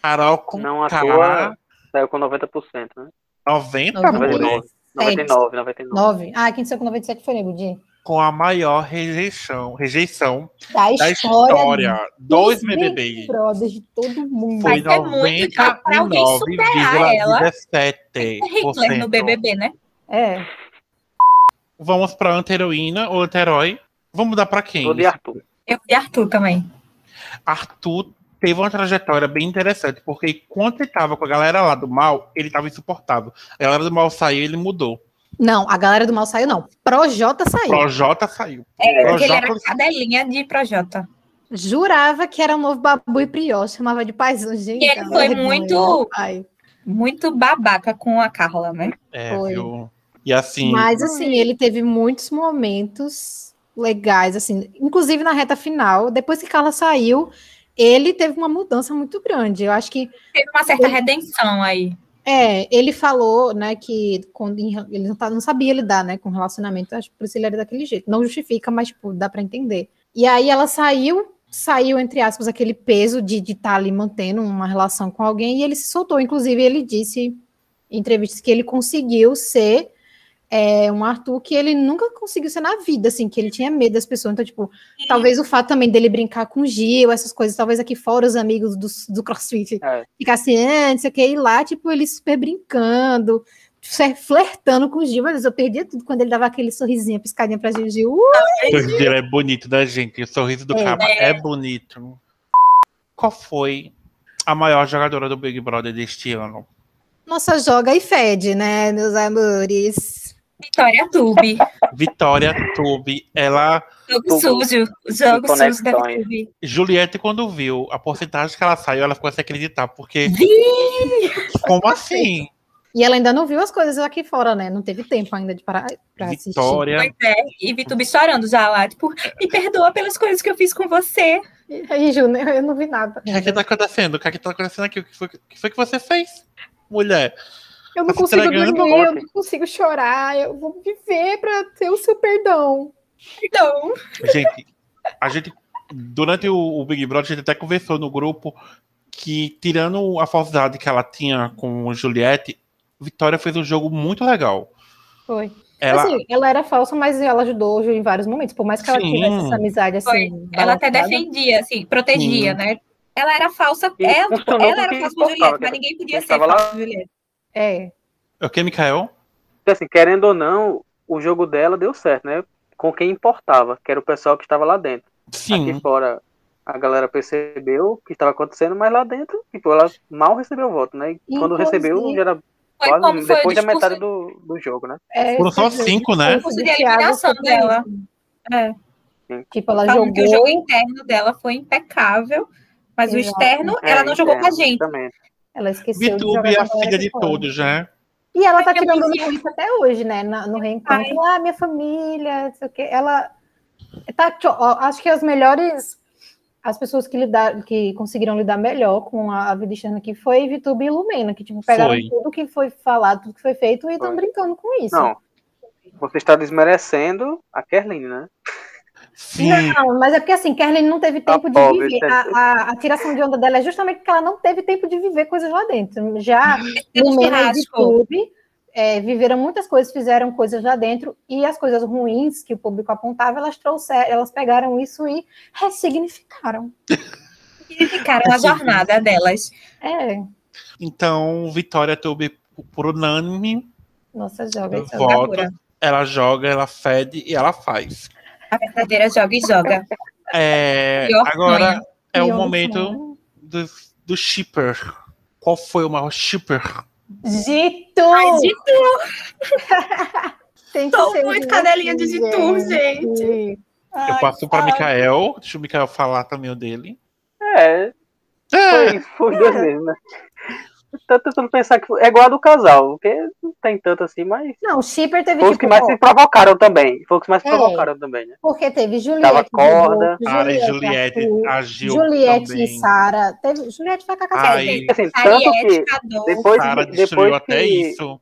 Speaker 4: Carol com
Speaker 2: Não à
Speaker 4: K,
Speaker 2: toa saiu com 90%, né?
Speaker 1: é
Speaker 4: 90,
Speaker 3: Noventa.
Speaker 4: amores.
Speaker 2: 99. 99, 99.
Speaker 3: Nove. Ah, quem saiu com 97 foi Nego Di.
Speaker 4: com a maior rejeição, rejeição
Speaker 3: Da
Speaker 4: da
Speaker 1: é
Speaker 3: história.
Speaker 4: história. Dois
Speaker 3: Big
Speaker 4: BBB.
Speaker 3: Brothers de todo mundo.
Speaker 4: Foi
Speaker 1: Mas é muito pra- pra alguém superar ela. É Hitler no
Speaker 4: 99,17%.
Speaker 1: BBB, né?
Speaker 6: É.
Speaker 4: Vamos pra anteroína ou anterói. Vamos mudar pra quem?
Speaker 2: Todo de Arthur.
Speaker 1: Eu e Arthur também.
Speaker 4: Arthur teve uma trajetória bem interessante, porque enquanto ele tava com a galera lá do mal, ele tava insuportável. A galera do mal saiu ele mudou.
Speaker 3: Não, a galera do mal saiu, não. Projota saiu.
Speaker 4: Projota saiu.
Speaker 1: É, porque ele
Speaker 4: Projota-
Speaker 1: era cadelinha de Projota.
Speaker 3: Jurava que era o novo Babu e Prió, chamava de paizão, gente.
Speaker 1: E ele
Speaker 3: a
Speaker 1: foi
Speaker 3: vergonha,
Speaker 1: muito-
Speaker 3: ai.
Speaker 1: Muito babaca com a Carla, né?
Speaker 4: É,
Speaker 3: Foi.
Speaker 4: viu? E assim,
Speaker 3: Mas assim, ele teve muitos momentos legais, assim, inclusive na reta final, depois que Carla saiu, ele teve uma mudança muito grande. Eu acho que
Speaker 1: Teve uma certa redenção aí.
Speaker 3: É, ele falou, né, que quando em re- ele não, tá- não sabia lidar, né, com relacionamento, acho que por isso ele era daquele jeito. Não justifica, mas, tipo, dá pra entender. E aí ela saiu, saiu, entre aspas, aquele peso de estar ali mantendo uma relação com alguém, e ele se soltou. Inclusive, ele disse em entrevistas que ele conseguiu ser é, um Arthur que ele nunca conseguiu ser na vida, assim, que ele tinha medo das pessoas. Então, tipo, talvez o fato também dele brincar com o Gil, essas coisas, talvez aqui fora os amigos do, do CrossFit
Speaker 2: É.
Speaker 3: ficasse antes, assim, "Ah, sei o que, e lá, tipo, ele super brincando, ser- flertando com o Gil, mas eu perdia tudo quando ele dava aquele sorrisinho, piscadinha pra Gil, Gil, uh,
Speaker 4: O sorriso dele é bonito, né, gente? O sorriso do
Speaker 3: É.
Speaker 4: cara é bonito. Qual foi a maior jogadora do Big Brother deste ano?
Speaker 3: nossa joga e fede, né, meus amores?
Speaker 1: Vitória Tube.
Speaker 4: Vitória Tube. Ela.
Speaker 1: Jogo
Speaker 2: Tubo.
Speaker 1: sujo. Jogo sujo da
Speaker 2: Conexões.
Speaker 1: Tube.
Speaker 4: Juliette, quando viu a porcentagem que ela saiu, ela ficou sem acreditar, porque. Como assim?
Speaker 3: E ela ainda não viu as coisas aqui fora, né, não teve tempo ainda de parar pra assistir.
Speaker 4: Vitória.
Speaker 1: Pois é, e Vitube chorando já lá, tipo, me perdoa pelas coisas que eu fiz com você.
Speaker 6: E aí, Ju, né, eu não vi nada.
Speaker 4: O que é que tá acontecendo? O que é que tá acontecendo aqui? O que foi, o que, foi que você fez? Mulher.
Speaker 6: Eu não
Speaker 4: Tá se
Speaker 6: consigo
Speaker 4: entregando,
Speaker 6: dormir, eu
Speaker 2: Loki.
Speaker 6: não consigo chorar, eu vou viver pra ter o seu perdão.
Speaker 1: Então,
Speaker 4: Gente, a gente. Durante o, o Big Brother, a gente até conversou no grupo que, tirando a falsidade que ela tinha com Juliette, Vitória fez um jogo muito legal.
Speaker 6: Foi.
Speaker 4: Ela,
Speaker 6: Assim, ela era falsa, mas ela ajudou o Ju em vários momentos, por mais que ela
Speaker 4: Sim.
Speaker 6: tivesse essa amizade assim.
Speaker 1: Foi. ela até
Speaker 6: balançada.
Speaker 1: defendia, assim, protegia,
Speaker 4: Sim.
Speaker 1: né? Ela era falsa,
Speaker 2: E
Speaker 1: ela, tipo,
Speaker 2: funcionou
Speaker 1: ela era
Speaker 2: porque
Speaker 1: falsa com
Speaker 2: importava,
Speaker 1: Juliette, mas
Speaker 2: cara.
Speaker 1: ninguém podia
Speaker 2: Quem
Speaker 1: ser
Speaker 2: tava lá-
Speaker 1: falsa com Juliette.
Speaker 6: É.
Speaker 4: O que, Mikael?
Speaker 2: Porque, assim, querendo ou não, o jogo dela deu certo, né? Com quem importava, que era o pessoal que estava lá dentro. Aqui
Speaker 4: Sim.
Speaker 2: fora a galera percebeu o que estava acontecendo, mas lá dentro, tipo, ela mal recebeu o voto, né? E quando
Speaker 3: Inclusive-
Speaker 2: recebeu, já era
Speaker 1: Foi como
Speaker 2: quase
Speaker 1: foi o
Speaker 2: depois da
Speaker 1: discurso,
Speaker 2: metade do, do jogo, né?
Speaker 6: é
Speaker 4: Foram só
Speaker 6: quer dizer,
Speaker 4: cinco, né?
Speaker 6: discurso
Speaker 1: de
Speaker 6: Thiago
Speaker 1: eliminação
Speaker 6: foi
Speaker 1: dela.
Speaker 6: isso.
Speaker 1: É.
Speaker 6: Tipo, ela
Speaker 1: Falando que o
Speaker 6: jogou.
Speaker 1: jogo interno dela foi impecável, mas o
Speaker 6: Exato.
Speaker 1: externo,
Speaker 2: É,
Speaker 1: ela não jogou com a
Speaker 2: entendo,
Speaker 1: gente.
Speaker 2: Também.
Speaker 6: Ela esqueceu de jogar
Speaker 4: Vitube é
Speaker 6: com
Speaker 4: a
Speaker 6: galera
Speaker 4: filha
Speaker 6: de
Speaker 4: de
Speaker 6: fora.
Speaker 4: todos, né?
Speaker 6: E ela tá
Speaker 1: Ai, que
Speaker 6: tirando
Speaker 1: emoção.
Speaker 6: no isso até hoje, né? na- No reencontro. Ah, minha família, não sei o quê. Ela tá, tio- ó, acho que as melhores, as pessoas que lidaram, que conseguiram lidar melhor com a, a vida externa aqui foi Vitube e Lumena, que tipo pegaram
Speaker 4: Foi.
Speaker 6: tudo que foi falado, tudo que foi feito e estão
Speaker 2: Foi.
Speaker 6: brincando com isso.
Speaker 2: Não. Você está desmerecendo a Kerline, né?
Speaker 4: Sim.
Speaker 6: Não, mas é porque assim, Kerlin não teve tempo de
Speaker 2: pobre,
Speaker 6: viver.
Speaker 2: tá-
Speaker 6: A, a- a tiração de onda dela é justamente porque ela não teve tempo de viver coisas lá dentro. Já
Speaker 1: Teve um
Speaker 6: Lumena e
Speaker 1: churrasco.
Speaker 6: YouTube é, viveram muitas coisas, fizeram coisas lá dentro, e as coisas ruins que o público apontava, elas trouxeram, elas pegaram isso e ressignificaram.
Speaker 1: criticaram a
Speaker 4: Assim,
Speaker 1: jornada delas.
Speaker 6: É,
Speaker 4: Então, Vitória Tube, por unânime,
Speaker 6: nossa joga.
Speaker 4: Eu
Speaker 6: essa-
Speaker 4: vou. Voto.
Speaker 1: Pura.
Speaker 4: ela joga, ela fede e ela faz.
Speaker 1: A verdadeira joga e joga.
Speaker 4: É,
Speaker 1: Pior
Speaker 4: agora é
Speaker 6: E
Speaker 4: o
Speaker 6: eu-
Speaker 4: momento do, do shipper. Qual foi o maior shipper?
Speaker 6: Dito!
Speaker 1: Ai, de
Speaker 6: Tem que
Speaker 1: Tô
Speaker 6: ser
Speaker 1: muito
Speaker 6: Dito,
Speaker 1: cadelinha de Ditu, gente.
Speaker 4: Eu passo para Mikael. Deixa o Mikael falar também o dele.
Speaker 2: É,
Speaker 4: É,
Speaker 2: foi, foi dois mesmo, né? Tô tentando pensar que foi- é igual a do casal, porque não tem tanto assim, mas
Speaker 6: Não, o Shipper
Speaker 3: É,
Speaker 6: teve
Speaker 2: foi os
Speaker 6: tipo,
Speaker 2: que mais
Speaker 6: ó,
Speaker 2: se provocaram também. Foi os que mais se
Speaker 6: É.
Speaker 2: provocaram também, né?
Speaker 6: porque teve
Speaker 2: Tava
Speaker 6: Juliette.
Speaker 2: corda.
Speaker 6: Gil,
Speaker 4: Cara, e Ah, Juliette
Speaker 6: Arthur,
Speaker 4: agiu
Speaker 6: Juliette
Speaker 4: também.
Speaker 6: e Sara. Teve... Juliette foi com a
Speaker 4: Ai,
Speaker 6: cacete.
Speaker 2: Assim, tanto
Speaker 1: Ariete,
Speaker 2: que
Speaker 1: Cadu.
Speaker 2: depois,
Speaker 4: Sara
Speaker 2: depois
Speaker 4: destruiu até
Speaker 2: que,
Speaker 4: isso.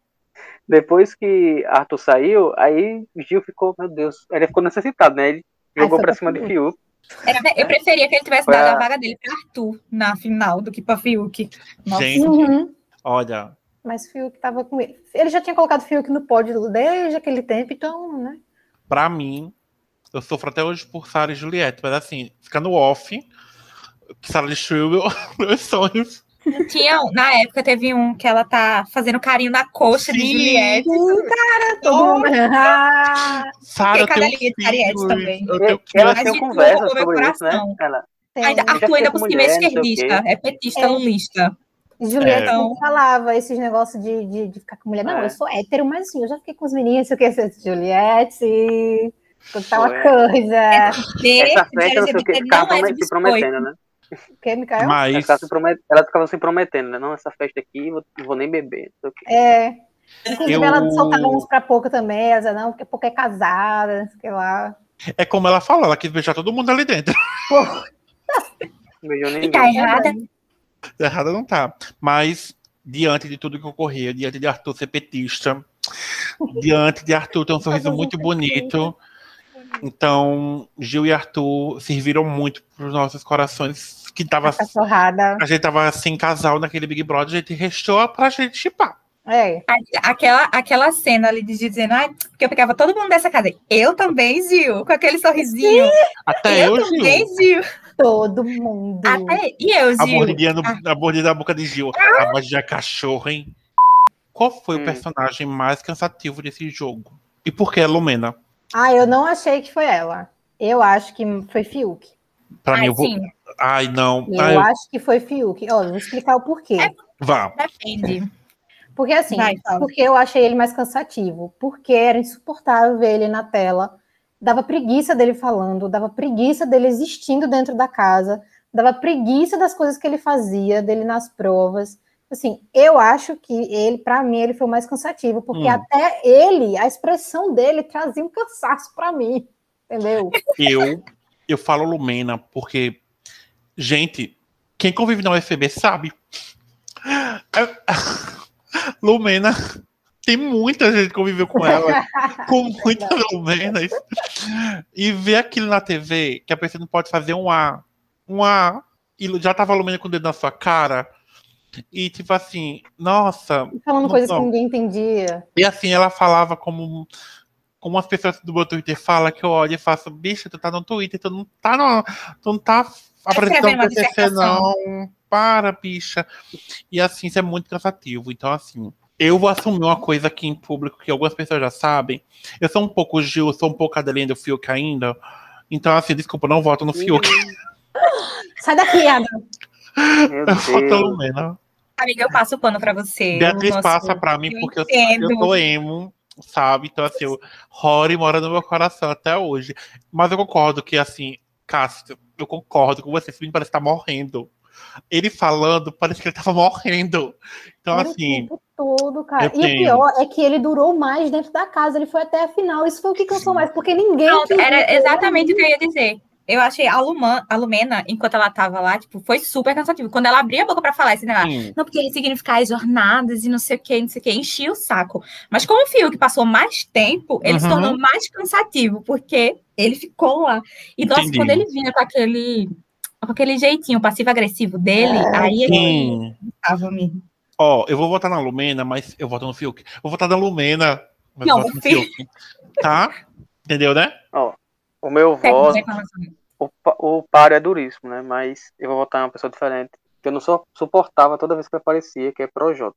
Speaker 2: depois que Arthur saiu, aí Gil ficou, meu Deus, ele ficou necessitado, né? Ele
Speaker 6: Aí
Speaker 2: jogou
Speaker 6: foi
Speaker 2: pra
Speaker 6: pra
Speaker 2: cima de Fiuk.
Speaker 1: Era- eu preferia que ele tivesse
Speaker 2: Foi
Speaker 1: dado
Speaker 2: a-
Speaker 1: a vaga dele pra Arthur na final do que pra Fiuk. Nossa.
Speaker 4: Gente,
Speaker 6: Uhum.
Speaker 4: olha.
Speaker 6: Mas Fiuk tava com ele. Ele já tinha colocado Fiuk no pódio desde aquele tempo, então, né?
Speaker 4: pra mim, eu sofro até hoje por Sara e Juliette, mas assim, fica no off. que Sara destruiu meu- meus sonhos.
Speaker 1: Tinha, um- na época teve um que ela tá fazendo carinho na coxa de
Speaker 4: Sim.
Speaker 1: Juliette.
Speaker 6: Todo mundo.
Speaker 4: Sara,
Speaker 1: Tem
Speaker 4: eu tenho
Speaker 1: cadelinha de
Speaker 4: filhos,
Speaker 1: Ariete também.
Speaker 4: Eu tenho um
Speaker 2: E elas
Speaker 1: Mas
Speaker 2: tinham
Speaker 1: Gil
Speaker 2: conversa
Speaker 1: roubou meu
Speaker 2: sobre isso, né?
Speaker 1: coração.
Speaker 2: Ela,
Speaker 6: Tem.
Speaker 1: Ainda,
Speaker 2: já
Speaker 1: Arthur
Speaker 2: fiquei
Speaker 1: ainda
Speaker 2: com
Speaker 1: por cima é
Speaker 2: mulher, não sei o
Speaker 1: esquerdista, é petista,
Speaker 6: É.
Speaker 1: lulista.
Speaker 6: E Juliette
Speaker 1: É.
Speaker 6: não falava esses negócios de, de, de ficar com mulher. Não,
Speaker 2: É.
Speaker 6: eu sou hétero, mas assim, eu já fiquei com os meninos, eu quero ser Juliette. Contar uma
Speaker 2: Foi.
Speaker 6: coisa.
Speaker 1: De
Speaker 2: essa
Speaker 1: de
Speaker 2: festa, não sei o que,
Speaker 1: LGBT
Speaker 2: ficava
Speaker 1: não é de
Speaker 2: prome- se
Speaker 1: biscoito.
Speaker 2: prometendo, né?
Speaker 6: O que, Micael?
Speaker 4: Mas,
Speaker 2: Elas ficavam se promet- Elas ficavam se prometendo, né? Não, essa festa aqui, eu não vou nem beber. não sei o quê.
Speaker 6: É. Inclusive,
Speaker 4: Eu-
Speaker 6: ela soltava uns pra pouca também, essa não, porque pouca é casada, não sei o que lá.
Speaker 4: É como ela fala, ela quis beijar todo mundo ali dentro.
Speaker 2: Beijou
Speaker 1: E
Speaker 2: ninguém.
Speaker 1: tá errada.
Speaker 4: Errada não tá. Mas, diante de tudo que ocorreu, diante de Arthur ser petista, diante de Arthur ter um sorriso muito bonito. Então, Gil e Arthur serviram muito para os nossos corações que tava.
Speaker 3: Cachorrada.
Speaker 4: A gente tava sem casal naquele Big Brother, a gente restou pra gente chipar.
Speaker 3: É.
Speaker 1: A- Aquela, aquela cena ali de Gil dizendo, ai, porque eu pegava todo mundo dessa casa. Eu também, Gil, com aquele sorrisinho.
Speaker 4: Até É, eu,
Speaker 1: também, Gil.
Speaker 4: Gil.
Speaker 3: Todo mundo.
Speaker 1: Até, e eu,
Speaker 4: A
Speaker 1: Gil.
Speaker 4: mordidinha, no, a mordida da boca de Gil. A mordida de cachorro, hein? Qual foi o
Speaker 2: Hum.
Speaker 4: personagem mais cansativo desse jogo? E por que a Lumena?
Speaker 3: Ah, eu não achei que foi ela. Eu acho que foi Fiuk.
Speaker 4: Pra mim,
Speaker 1: Ai,
Speaker 4: eu vou...
Speaker 1: sim,
Speaker 4: Ai, não.
Speaker 3: Eu
Speaker 4: Ai,
Speaker 3: acho que foi Fiuk. Ó, eu vou explicar o porquê.
Speaker 4: Vá.
Speaker 1: depende.
Speaker 3: Porque assim,
Speaker 1: Vai, fala.
Speaker 3: porque eu achei ele mais cansativo, porque era insuportável ver ele na tela, dava preguiça dele falando, dava preguiça dele existindo dentro da casa, dava preguiça das coisas que ele fazia, dele nas provas. Assim, eu acho que ele, pra mim, ele foi o mais cansativo, porque
Speaker 4: Hum.
Speaker 3: até ele, a expressão dele trazia um cansaço pra mim, entendeu?
Speaker 4: Eu, eu falo Lumena porque, gente, quem convive na UFB sabe. É- Lumena, tem muita gente que conviveu com ela, com muitas Lumenas. E ver aquilo na TV, que a pessoa não pode fazer um A, um A, e já tava a Lumena com o dedo na sua cara. E tipo assim, nossa,
Speaker 3: Falando
Speaker 4: Não,
Speaker 3: coisas que
Speaker 4: não.
Speaker 3: ninguém entendia.
Speaker 4: e assim, ela falava como, como as pessoas do meu Twitter falam, que eu olho e faço, bicha, tu tá no Twitter, tu não tá no, tu não tá apresentando
Speaker 1: escrevendo a
Speaker 4: o TCC,
Speaker 1: dissertação.
Speaker 4: não. Para, bicha. E assim, isso é muito cansativo. Então, assim, eu vou assumir uma coisa aqui em público que algumas pessoas já sabem. Eu sou um pouco Gil, eu sou um pouco Adeline do Fiuk ainda. Então, assim, desculpa, eu não voto no Fiuk.
Speaker 3: Sai daqui, Ana.
Speaker 2: Meu
Speaker 4: Eu voto na
Speaker 2: Deus.
Speaker 4: Lumena.
Speaker 1: Amiga, eu passo o pano pra você.
Speaker 4: Beatriz
Speaker 1: O nosso-
Speaker 4: passa pra mim porque eu,
Speaker 1: entendo.
Speaker 4: eu tô emo, sabe? Então, assim, o Rory mora no meu coração até hoje. Mas eu concordo que, assim, Cássio, eu concordo com você. Esse menino parece que tá morrendo. Ele falando, parece que ele tava morrendo. Então,
Speaker 3: Era o
Speaker 4: assim,
Speaker 3: tempo todo, cara.
Speaker 4: eu
Speaker 3: E o
Speaker 4: tenho.
Speaker 3: pior é que ele durou mais dentro da casa, ele foi até a final. Isso foi o que cansou mais, porque ninguém.
Speaker 1: Pronto,
Speaker 3: queria
Speaker 1: era
Speaker 3: ver
Speaker 1: exatamente o que eu ia dizer. Eu achei a, Luman, a Lumena, enquanto ela tava lá, tipo, foi super cansativo. Quando ela abria a boca pra falar esse negócio,
Speaker 4: sim,
Speaker 1: não, porque ele significar as jornadas e não sei o que, não sei o que, enchia o saco. Mas como o Fiuk passou mais tempo, ele se
Speaker 4: Uhum.
Speaker 1: tornou mais cansativo, porque ele ficou lá. E nossa,
Speaker 4: Entendi.
Speaker 1: quando ele vinha com aquele, com aquele jeitinho passivo-agressivo dele,
Speaker 3: É,
Speaker 1: aí ele
Speaker 4: sim.
Speaker 1: tava me.
Speaker 4: Ó, eu vou votar na Lumena, mas eu voto no Fiuk. Eu Vou votar na Lumena, mas
Speaker 1: Não,
Speaker 4: eu voto no
Speaker 1: Fiuk.
Speaker 4: Fiuk. Tá? Entendeu, né?
Speaker 2: O meu
Speaker 1: É,
Speaker 2: voto,
Speaker 1: né? Não,
Speaker 2: o, pa- o paro é duríssimo, né? Mas eu vou votar em uma pessoa diferente. Que eu não so- suportava toda vez que ele aparecia, que é Projota.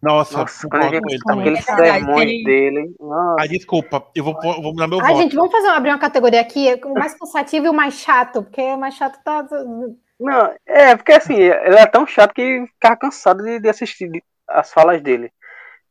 Speaker 4: Nossa,
Speaker 2: Nossa, quando
Speaker 4: concordo
Speaker 2: ele,
Speaker 4: com ele também.
Speaker 2: aqueles
Speaker 1: É verdade,
Speaker 2: sermões
Speaker 1: ele-
Speaker 2: dele. Nossa,
Speaker 4: Ah, desculpa, eu vou, vou mudar meu
Speaker 3: ninguém. Ai,
Speaker 4: voto.
Speaker 3: Ah, gente, vamos fazer abrir uma categoria aqui, é o mais cansativo e o mais chato, porque o mais chato tá.
Speaker 2: Não, é, porque assim, ele é tão chato que ficava cansado de, de assistir de- as falas dele.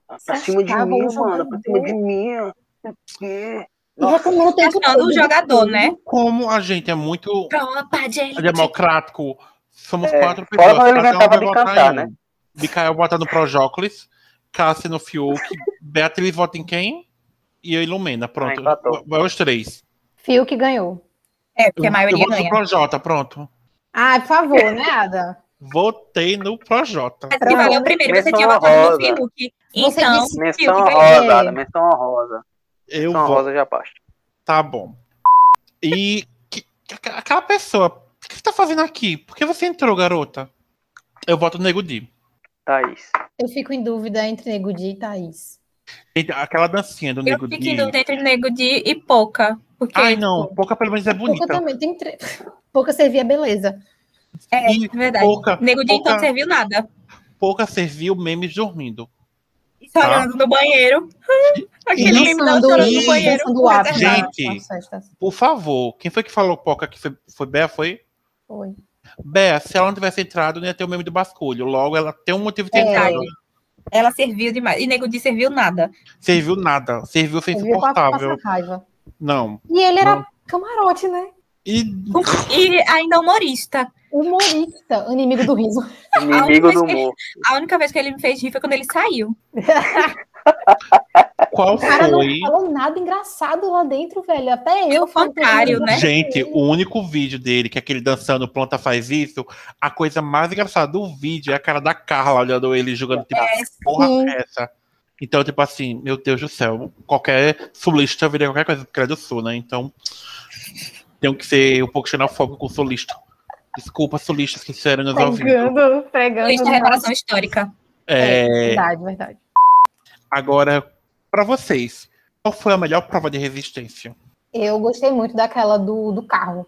Speaker 2: Pra
Speaker 3: Você
Speaker 2: cima de
Speaker 3: achava
Speaker 2: mim,
Speaker 3: um
Speaker 2: mano, pra cima
Speaker 3: jogador.
Speaker 2: de mim. ó. Não sei o quê.
Speaker 3: E reclamando o tempo todo.
Speaker 1: o jogador, né?
Speaker 4: Como a gente é muito
Speaker 1: Tropa,
Speaker 3: é
Speaker 1: gente.
Speaker 4: é democrático, somos
Speaker 2: Tipo, É,
Speaker 4: quatro
Speaker 2: fora
Speaker 4: pessoas.
Speaker 2: quando ele
Speaker 4: cada um
Speaker 2: inventava
Speaker 4: vai
Speaker 2: de
Speaker 4: votar
Speaker 2: cantar,
Speaker 4: em um.
Speaker 2: né?
Speaker 4: Micael vota no Projóclis, Cassi no Fiuk, Beatriz vota em quem? E eu ilumina,
Speaker 2: Ah,
Speaker 4: pronto.
Speaker 2: empatou.
Speaker 4: Vai os três.
Speaker 3: Fio que ganhou.
Speaker 1: É, porque a
Speaker 4: Eu-
Speaker 1: maioria
Speaker 4: eu voto
Speaker 1: ganha.
Speaker 4: no Projota, pronto.
Speaker 3: Ah, por favor, né, Ada?
Speaker 4: Votei no Projota.
Speaker 1: Mas que valeu primeiro, você
Speaker 2: Menção
Speaker 1: tinha votado no
Speaker 2: honrosa.
Speaker 1: Fiuk.
Speaker 3: Você
Speaker 1: Então,
Speaker 3: disse-
Speaker 1: Fiuk
Speaker 2: Menção
Speaker 1: ganhou.
Speaker 2: honrosa, menção honrosa.
Speaker 4: Eu
Speaker 2: Menção
Speaker 4: voto.
Speaker 2: honrosa já basta.
Speaker 4: Tá bom. E que- que- aquela pessoa, o que você tá fazendo aqui? Por que você entrou, garota? Eu voto no Nego Di.
Speaker 2: Thaís.
Speaker 3: Eu fico em dúvida entre Nego Di e Thaís.
Speaker 4: Gente, Aquela dancinha do
Speaker 1: Eu
Speaker 4: Nego
Speaker 1: fico em
Speaker 4: Di.
Speaker 1: dúvida entre Nego Di e Pouca. Porque,
Speaker 4: Ai, não.
Speaker 1: tipo,
Speaker 4: Pouca pelo menos é bonita.
Speaker 3: Pouca também tem. Tre... Pouca servia beleza.
Speaker 1: É,
Speaker 4: E
Speaker 1: verdade.
Speaker 4: pouca,
Speaker 1: Nego Di então
Speaker 4: Pouca.
Speaker 1: serviu nada.
Speaker 4: pouca serviu memes dormindo.
Speaker 1: Só
Speaker 4: Tá.
Speaker 1: olhando no banheiro. Aquele
Speaker 4: Isso,
Speaker 1: meme não chorando no
Speaker 4: isso.
Speaker 1: banheiro.
Speaker 3: dançando o after
Speaker 1: reservado.
Speaker 4: Gente.
Speaker 3: na- na festa.
Speaker 4: Por favor, quem foi que falou pouca que foi, foi Bea? Foi?
Speaker 3: Foi.
Speaker 4: Bea, se ela não tivesse entrado, não ia ter o meme do basculho. Logo, ela tem um motivo de ter
Speaker 3: É.
Speaker 4: entrado.
Speaker 1: Ela serviu demais. E Nego Di serviu nada.
Speaker 4: Serviu nada. Serviu ser
Speaker 3: Serviu pra
Speaker 4: insuportável.
Speaker 3: passar raiva.
Speaker 4: Não.
Speaker 3: E ele era
Speaker 4: Não.
Speaker 3: camarote, né?
Speaker 4: E
Speaker 1: E ainda humorista.
Speaker 3: Humorista, inimigo do riso.
Speaker 2: Inimigo
Speaker 1: mas
Speaker 2: do
Speaker 1: que-
Speaker 2: humor.
Speaker 1: A única vez que ele me fez rir foi quando ele saiu.
Speaker 4: Qual
Speaker 3: O cara
Speaker 4: foi?
Speaker 3: não falou nada engraçado lá dentro, velho. Até
Speaker 1: Pelo
Speaker 3: eu.
Speaker 1: contrário, né?
Speaker 4: Gente, o único vídeo dele, que é aquele dançando planta faz isso, a coisa mais engraçada do vídeo é a cara da Carla olhando ele jogando, tipo,
Speaker 1: É,
Speaker 4: porra
Speaker 7: sim.
Speaker 4: é essa? Então, tipo assim, meu Deus do céu, qualquer sulista viria qualquer coisa, porque ele é do sul, né? Então, tenho que ser um pouco xenofóbico com o sulista. Desculpa, sulistas que estiverem
Speaker 1: Tá
Speaker 4: nos ouvindo.
Speaker 3: Pregando, Tá pregando.
Speaker 1: Lista de
Speaker 3: na-
Speaker 1: revelação histórica.
Speaker 4: É,
Speaker 3: Verdade, verdade.
Speaker 4: agora, pra vocês, qual foi a melhor prova de resistência?
Speaker 3: Eu gostei muito daquela do, do carro.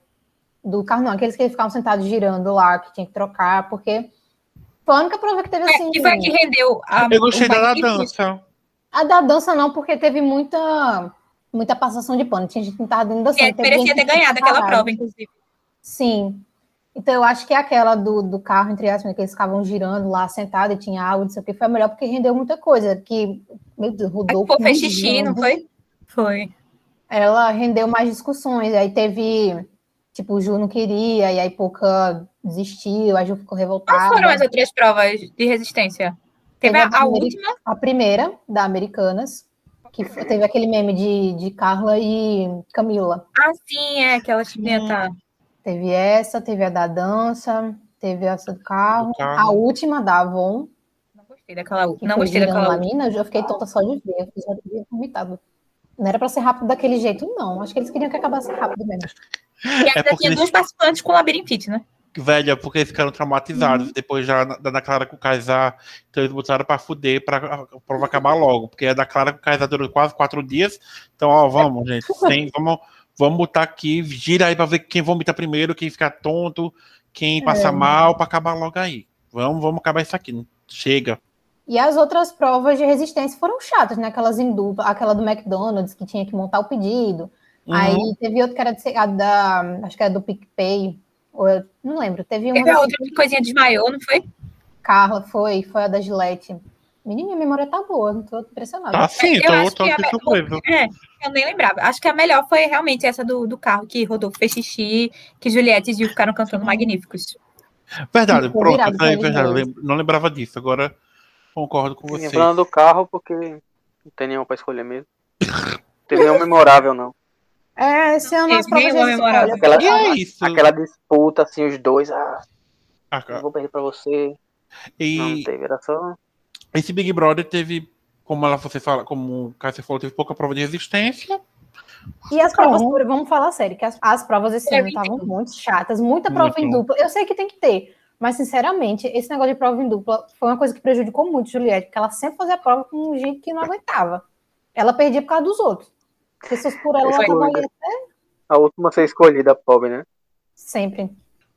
Speaker 3: Do carro, não, aqueles que ficavam sentados girando lá, que tinha que trocar, porque foi a única prova que teve assim.
Speaker 1: É, que foi a que rendeu a.
Speaker 4: Eu gostei
Speaker 1: o
Speaker 4: da da
Speaker 1: magnífico-
Speaker 4: dança.
Speaker 3: A da dança não, porque teve muita muita passação de pano. Tinha gente que não tava dentro da dança.
Speaker 1: É, merecia ter ganhado aquela prova, inclusive.
Speaker 3: Sim. Então eu acho que aquela do, do carro, entre aspas, que eles ficavam girando lá, sentado e tinha água, não sei o que, foi a melhor porque rendeu muita coisa. Que, meu Deus,
Speaker 1: A que
Speaker 3: Rodolfo.
Speaker 1: pô, fez
Speaker 3: Mundial,
Speaker 1: xixi, não foi? Foi.
Speaker 3: ela rendeu mais discussões. Aí teve, tipo, o Ju não queria, e aí Pouca desistiu, a Ju ficou
Speaker 1: Quais
Speaker 3: revoltada.
Speaker 1: foram as outras provas de resistência? Teve a,
Speaker 3: Ah, Teve a
Speaker 1: a
Speaker 3: primeira.
Speaker 1: última,
Speaker 3: A primeira, da Americanas, que f- teve aquele meme de, de Carla e Camila.
Speaker 1: ah, sim, é que ela tinha tá.
Speaker 3: Hum. Teve essa, teve a da dança, teve essa do carro.
Speaker 4: Do carro.
Speaker 3: A última da Avon.
Speaker 1: Não gostei daquela última.
Speaker 3: que né?
Speaker 1: Não
Speaker 3: foi
Speaker 1: gostei
Speaker 3: girando
Speaker 1: daquela
Speaker 3: lá,
Speaker 1: última.
Speaker 3: Mina, eu fiquei tonta só de ver, eu já devia ter vomitado. Não era pra ser rápido daquele jeito, não. Acho que eles queriam que acabasse rápido mesmo.
Speaker 1: E ainda
Speaker 4: É porque
Speaker 1: tinha
Speaker 4: eles-
Speaker 1: duas participantes com labirintite, né?
Speaker 4: Velho, é porque eles ficaram
Speaker 1: Uhum.
Speaker 4: traumatizados depois já na- da Ana Clara com o Kaysar. Então eles botaram pra fuder pra a prova acabar logo. Porque a da Clara com o Kaysar durou quase quatro dias. Então, ó, vamos, gente. Sem, vamos, vamos botar aqui, gira aí pra ver quem vomita primeiro, quem fica tonto,
Speaker 1: É.
Speaker 4: quem passa mal, pra acabar logo aí. Vamos, vamos acabar isso aqui. né? Chega.
Speaker 3: E as outras provas de resistência foram chatas, né? Aquelas em dupla, aquela do McDonald's que tinha que montar o pedido.
Speaker 4: Uhum.
Speaker 3: Aí teve outra que era de ser- a da. Acho que era do PicPay. Ou eu, não lembro. Teve uma
Speaker 1: Teve a
Speaker 3: da
Speaker 1: outra que coisinha desmaiou, não foi?
Speaker 3: Carla, foi, foi a da Gillette. Menina, minha memória tá boa, não tô impressionada.
Speaker 4: Tá sim,
Speaker 1: eu
Speaker 4: tô,
Speaker 1: acho
Speaker 4: tô
Speaker 1: que a
Speaker 4: aqui
Speaker 1: me-
Speaker 4: surpreso.
Speaker 1: É, eu nem lembrava. Acho que a melhor foi realmente essa do, do carro que Rodolfo fez xixi, que Juliette e Gil ficaram cantando magníficos.
Speaker 4: Verdade,
Speaker 3: Ficou
Speaker 4: pronto.
Speaker 3: virado pra
Speaker 4: é
Speaker 1: né?
Speaker 3: eles
Speaker 4: verdade,
Speaker 3: dois.
Speaker 4: lem- não lembrava disso. Agora concordo com você.
Speaker 2: Lembrando do carro, porque não tem nenhum pra escolher mesmo. Não tem nenhum memorável, não.
Speaker 3: É, esse ano
Speaker 1: Teve
Speaker 3: as provas de
Speaker 1: nenhuma
Speaker 3: resistência.
Speaker 1: memorável.
Speaker 3: Olha,
Speaker 2: Aquela,
Speaker 4: E é isso.
Speaker 2: aquela disputa, assim, os dois. Ah,
Speaker 4: Ah,
Speaker 2: eu vou perder pra você. Não
Speaker 4: E,
Speaker 2: teve, era só.
Speaker 4: Esse Big Brother teve, como ela você fala, como o Cássio falou, teve pouca prova de resistência.
Speaker 3: E as provas,
Speaker 4: Então-
Speaker 3: vamos falar sério, que as, as provas esse
Speaker 1: Eu
Speaker 3: ano estavam muito chatas, muita
Speaker 4: Muito.
Speaker 3: prova em dupla. Eu sei que tem que ter, mas sinceramente, esse negócio de prova em dupla foi uma coisa que prejudicou muito Juliette, porque ela sempre fazia prova com um jeito que não aguentava. Ela perdia por causa dos outros. Pessoas por ela, ela
Speaker 1: Foi.
Speaker 3: valia
Speaker 2: A última a ser escolhida, a pobre, né?
Speaker 3: sempre.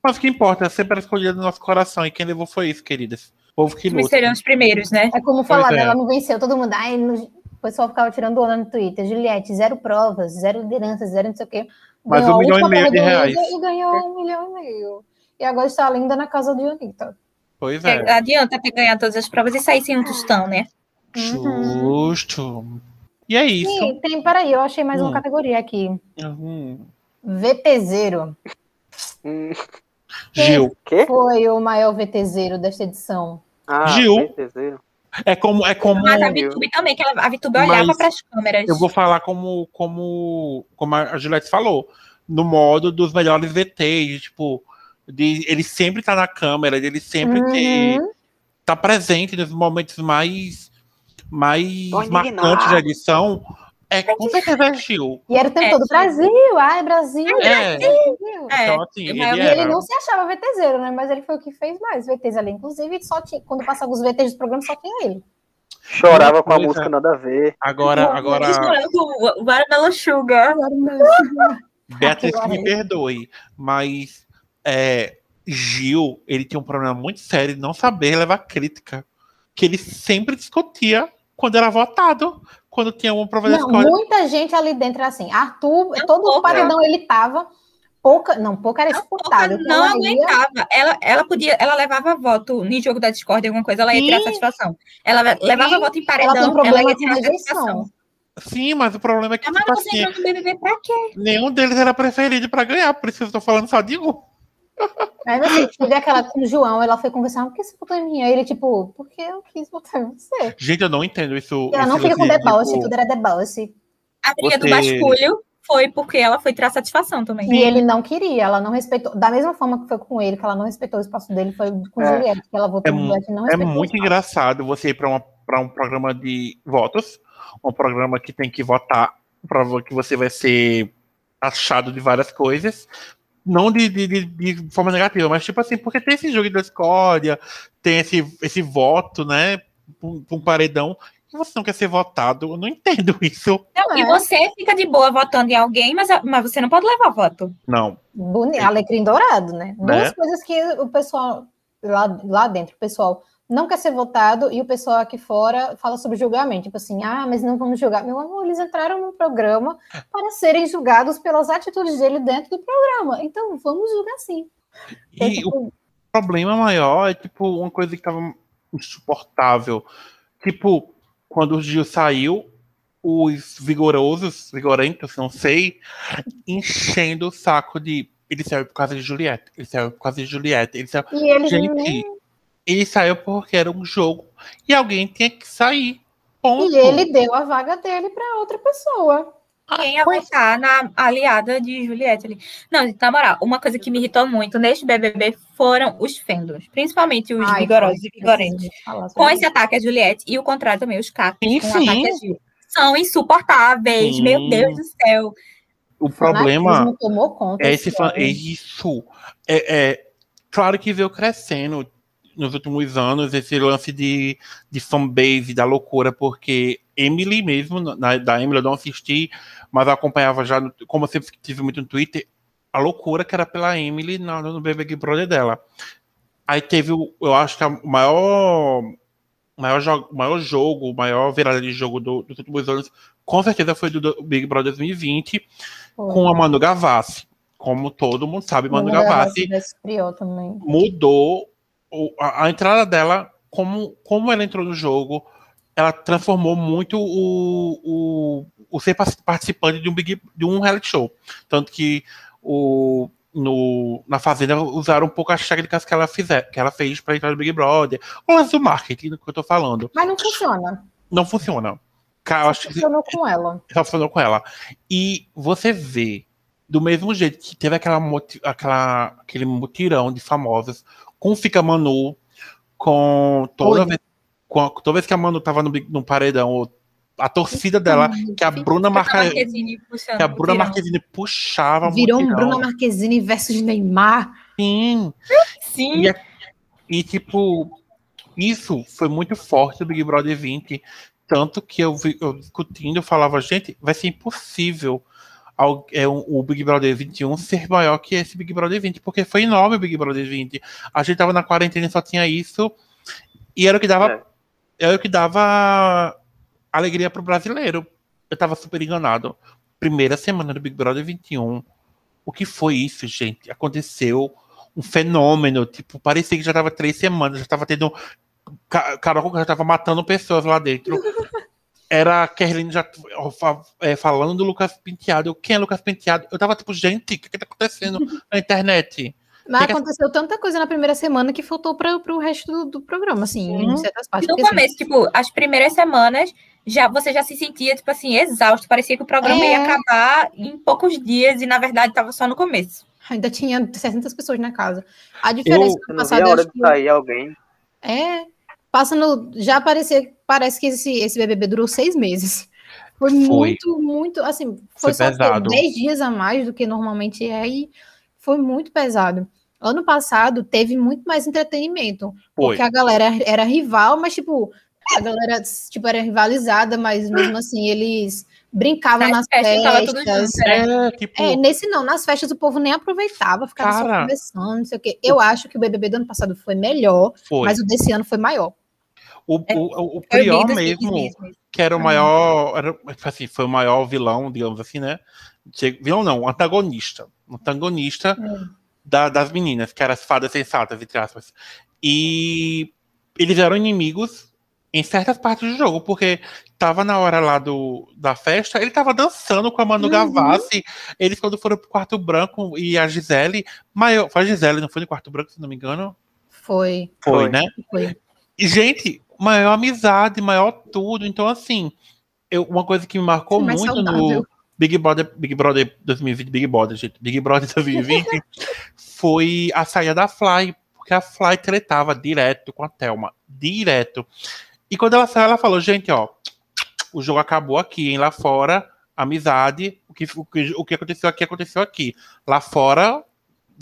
Speaker 4: Mas o que importa, é sempre a escolha do nosso coração. E quem levou foi isso, queridas. O povo que
Speaker 1: Mas
Speaker 4: luta.
Speaker 1: seriam os primeiros, né?
Speaker 3: É como falar,
Speaker 4: é.
Speaker 3: né? ela não venceu, todo mundo. Ai, não- O pessoal ficava tirando onda no Twitter. Juliette, zero provas, zero liderança, zero não sei o quê.
Speaker 4: Mas
Speaker 3: Ganhou
Speaker 4: um
Speaker 3: a
Speaker 4: milhão
Speaker 3: última
Speaker 4: e meio
Speaker 3: prova
Speaker 4: de
Speaker 3: do
Speaker 4: reais.
Speaker 3: Anitta E ganhou um milhão e meio. E agora está linda na casa de Anitta.
Speaker 4: Pois
Speaker 1: Porque
Speaker 4: é.
Speaker 1: Adianta ter ganhado todas as provas e sair sem um tostão, né?
Speaker 4: Justo. E é isso.
Speaker 3: Sim, tem, peraí, eu achei mais
Speaker 4: Hum.
Speaker 3: uma categoria aqui.
Speaker 4: Uhum.
Speaker 3: VTZero.
Speaker 2: Hum,
Speaker 4: Gil.
Speaker 2: quê?
Speaker 3: Foi o maior VTZero desta edição.
Speaker 2: Ah,
Speaker 4: Gil.
Speaker 2: certeza.
Speaker 4: É como. É como
Speaker 1: Mas a
Speaker 2: Hum.
Speaker 1: Vitube também, que ela, a Vitube olhava
Speaker 4: Mas
Speaker 1: para as câmeras.
Speaker 4: eu vou falar como, como, como a Juliette falou. No modo dos melhores VTs, tipo, de, ele sempre tá na câmera, ele sempre tem. tá presente nos momentos mais mais
Speaker 2: Tô indignado.
Speaker 4: marcantes da edição é com certeza é Gil.
Speaker 3: E era o tempo
Speaker 1: É,
Speaker 3: todo,
Speaker 1: sim.
Speaker 3: Brasil, ai, Brasil,
Speaker 4: É.
Speaker 3: Brasil.
Speaker 1: É,
Speaker 4: Então, assim, ele,
Speaker 1: mas
Speaker 3: E
Speaker 4: era.
Speaker 3: ele não se achava VTZero, né? Mas ele foi o que fez mais VTs ali. Inclusive, só tinha, quando passava os VTs do programa, só tinha ele.
Speaker 2: Chorava com a
Speaker 4: Pois é.
Speaker 2: música nada a ver.
Speaker 4: Agora, agora,
Speaker 1: Misturando o Watermelon Sugar.
Speaker 4: Beatriz que me
Speaker 3: Agora.
Speaker 4: perdoe, mas é, Gil, ele tem um problema muito sério de não saber levar crítica. Que ele sempre discutia quando era votado, quando tinha um problema de
Speaker 3: Não,
Speaker 4: escolha.
Speaker 3: muita gente ali dentro era assim. Arthur,
Speaker 1: Não,
Speaker 3: todo
Speaker 1: pouca.
Speaker 3: o paredão ele tava. Pouca, não, pouca era
Speaker 1: Não, Ela
Speaker 3: exportável. Então,
Speaker 1: não aguentava. Ela, ela podia, ela levava voto em jogo da Discord, alguma coisa, ela ia tirar
Speaker 4: Sim.
Speaker 1: satisfação. Ela levava voto em paredão,
Speaker 3: Ela tem um
Speaker 1: ela
Speaker 3: problema
Speaker 1: ia
Speaker 3: com
Speaker 1: tirar
Speaker 3: rejeição.
Speaker 1: satisfação.
Speaker 4: Sim, mas o problema é que,
Speaker 1: Mas
Speaker 4: tipo
Speaker 1: você
Speaker 4: assim,
Speaker 1: entrou no BBB pra quê?
Speaker 4: nenhum deles era preferido pra ganhar, por isso eu tô falando só de um.
Speaker 3: Mas assim, teve aquela com o João, ela foi conversar, "Ah, por que você botou em mim? Aí ele, tipo, porque eu quis botar em você.
Speaker 4: Gente, eu não entendo isso.
Speaker 3: E ela não
Speaker 4: esse
Speaker 3: fica com
Speaker 4: lance de,
Speaker 3: deboche,
Speaker 4: tipo,
Speaker 3: tudo era deboche.
Speaker 1: A briga do
Speaker 4: Você-
Speaker 1: basculho foi porque ela foi tirar satisfação também.
Speaker 3: E ele não queria, ela não respeitou. Da mesma forma que foi com ele, que ela não respeitou o espaço dele, foi com
Speaker 2: É.
Speaker 3: Juliette, que ela votou
Speaker 4: É
Speaker 3: em
Speaker 4: mu-
Speaker 3: Juliette e não
Speaker 4: É
Speaker 3: respeitou.
Speaker 4: muito engraçado você ir para um programa de votos, um programa que tem que votar, um programa que você vai ser achado de várias coisas, não de, de- de- de forma negativa, mas tipo assim, porque tem esse jogo da discórdia, tem esse, esse voto, né, pra um- pra um paredão, e você não quer ser votado, eu não entendo isso.
Speaker 1: Não,
Speaker 3: É.
Speaker 1: E você fica de boa votando em alguém, mas, mas você não pode levar voto.
Speaker 4: Não,
Speaker 3: Boni... Alecrim dourado, né? Duas
Speaker 4: Né?
Speaker 3: coisas que o pessoal lá, lá dentro, o pessoal não quer ser votado e o pessoal aqui fora fala sobre julgamento. Tipo assim, ah, mas não vamos julgar. Meu amor, eles entraram num programa para serem julgados pelas atitudes dele dentro do programa. Então, vamos julgar sim. Então, tipo,
Speaker 4: e o problema maior é, tipo, uma coisa que tava insuportável. Tipo, quando o Gil saiu, os vigorosos, vigorentos, não sei, enchendo o saco de. Ele saiu por causa de Juliette, ele saiu por causa de Juliette, ele saiu.
Speaker 3: E eles nem...
Speaker 4: Gente, ele saiu porque era um jogo e alguém tinha que sair. Ponto.
Speaker 3: E ele deu a vaga dele para outra pessoa.
Speaker 1: Quem ia votar na aliada de Juliette ali. Não, gente, na moral, uma coisa que me irritou muito neste BBB foram os fêndoms, principalmente os
Speaker 3: Ai,
Speaker 1: vigorosos
Speaker 3: foi,
Speaker 1: e vigorentos.
Speaker 3: preciso falar sobre
Speaker 1: Com
Speaker 3: isso.
Speaker 1: esse ataque a Juliette e o contrário também, os cacos
Speaker 4: Sim,
Speaker 1: com o
Speaker 4: sim.
Speaker 1: ataque a Gil. São insuportáveis,
Speaker 4: Sim.
Speaker 1: meu Deus do céu.
Speaker 4: O
Speaker 3: O
Speaker 4: problema.
Speaker 3: fanatismo tomou conta.
Speaker 4: É esse
Speaker 3: desse
Speaker 4: fan...
Speaker 3: homem.
Speaker 4: é isso. É, é, claro que veio crescendo nos últimos anos esse lance de, de fanbase, da loucura, porque Emily mesmo, na, da Emily eu não assisti, mas eu acompanhava já, no- como eu sempre tive muito no Twitter, a loucura que era pela Emily na- no Big Brother dela. Aí teve, o- eu acho que a- o maior, o maior, jo- o maior jogo, o maior virada de jogo do- dos últimos anos, com certeza foi do- do Big Brother 2020,
Speaker 3: Foi.
Speaker 4: com a Manu Gavassi. Como todo mundo sabe, Manu Gavassi
Speaker 3: Esfriou também.
Speaker 4: mudou o- a, a entrada dela, como, como ela entrou no jogo, ela transformou muito o, o, o ser par- participante de um, big, de um reality show. Tanto que o, no, na Fazenda usaram um pouco as técnicas que ela, fizer, que ela fez para entrar no Big Brother. O lance do marketing, que eu tô falando,
Speaker 3: Mas não funciona.
Speaker 4: não funciona. Cara, eu acho que
Speaker 3: Funcionou com ela.
Speaker 4: relacionou com ela. E você vê, do mesmo jeito que teve aquela, moti- aquela, aquele mutirão de famosas, com Fica Manu, com toda, vez, com a- toda vez que a Manu tava no, bi- no paredão, a
Speaker 3: Então,
Speaker 4: torcida dela, que a Bruna,
Speaker 1: Marca...
Speaker 4: Marca,
Speaker 1: Tá
Speaker 4: que
Speaker 1: Marquezine puxando.
Speaker 4: a Bruna
Speaker 1: tirão.
Speaker 4: Marquezine puxava
Speaker 3: Virou um
Speaker 4: mutirão.
Speaker 3: Bruna Marquezine versus Neymar.
Speaker 4: Sim.
Speaker 1: Sim,
Speaker 4: E, e, tipo, isso foi muito forte do Big Brother 20. Tanto que eu, vi- eu discutindo, eu falava, gente, vai ser impossível al- é, um- o Big Brother 21 ser maior que esse Big Brother 20, porque foi enorme o Big Brother 20. A gente tava na quarentena e só tinha isso. E era o que dava,
Speaker 2: É.
Speaker 4: era o que dava alegria pro brasileiro. Eu tava super enganado. Primeira semana do Big Brother 21. O que foi isso, gente? Aconteceu um fenômeno. Tipo, parecia que já tava três semanas, já tava tendo. um Ca- Carol Conká já tava matando pessoas lá dentro. Era a Kerline já ó, fa- é, falando do Lucas Penteado. Eu, Quem é Lucas Penteado? Eu tava tipo, gente, o que, que tá acontecendo na internet?
Speaker 3: Mas
Speaker 4: Fica-
Speaker 3: aconteceu tanta coisa na primeira semana que faltou para o resto do, do programa, assim, em
Speaker 4: Uhum.
Speaker 3: certas partes.
Speaker 1: no
Speaker 3: Porque, assim,
Speaker 1: começo, tipo, as primeiras semanas, já você já se sentia, tipo assim, exausto. Parecia que o programa
Speaker 3: É.
Speaker 1: ia acabar em poucos dias e, na verdade, tava só no começo.
Speaker 3: ainda tinha 600 pessoas na casa. A
Speaker 2: Eu
Speaker 3: diferença do ano
Speaker 2: não vi a
Speaker 3: passado, eu
Speaker 2: hora
Speaker 3: acho
Speaker 2: de
Speaker 3: que
Speaker 2: sair alguém.
Speaker 3: é. Passa no. Já parecia, parece que esse, esse BBB durou seis meses. Foi,
Speaker 4: Foi.
Speaker 3: muito, muito. Assim, foi,
Speaker 4: Foi
Speaker 3: só o quê?
Speaker 4: pesado.
Speaker 3: 10 dias a mais do que normalmente é e foi muito pesado. Ano passado teve muito mais entretenimento,
Speaker 4: Foi.
Speaker 3: porque a galera era rival, mas tipo, a galera tipo, era rivalizada, mas mesmo assim eles brincavam
Speaker 1: Nas
Speaker 3: nas
Speaker 1: festas,
Speaker 3: festas.
Speaker 1: tava tudo junto, né?
Speaker 4: É, tipo,
Speaker 3: É, nesse não, nas festas o povo nem aproveitava, ficava só
Speaker 4: Cara,
Speaker 3: conversando, não sei o quê. Eu acho que o BBB do ano passado foi melhor,
Speaker 4: foi.
Speaker 3: mas é o desse ano foi maior.
Speaker 4: o, o, o
Speaker 1: Foi
Speaker 4: pior
Speaker 1: lindo, assim,
Speaker 4: mesmo.
Speaker 1: mesmo.
Speaker 4: que era o maior, era, tipo assim, foi o maior vilão, digamos assim, né? Che- Vilão não, antagonista. Antagonista da- das meninas, que eram as fadas sensatas, entre aspas. E eles eram inimigos em certas partes do jogo, porque tava na hora lá do, da festa, ele tava dançando com a Manu Gavassi. Eles, quando foram pro quarto branco e a Gisele, maior, foi a Gisele, não foi no quarto branco, se não me engano?
Speaker 8: Foi,
Speaker 4: Foi,
Speaker 2: Foi.
Speaker 4: né?
Speaker 8: foi.
Speaker 4: E, gente, maior amizade, maior tudo. Então, assim, eu, uma coisa que me marcou
Speaker 8: Mais
Speaker 4: muito
Speaker 8: saudável.
Speaker 4: no Big Brother, Big Brother 2020, Big Brother, gente, Big Brother 2020, foi a saída da Fly, porque a Fly tretava direto com a Thelma, direto. E quando ela saiu, ela falou, gente, ó, o jogo acabou aqui, hein, lá fora, amizade, o que, o que, o que aconteceu aqui, aconteceu aqui. Lá fora,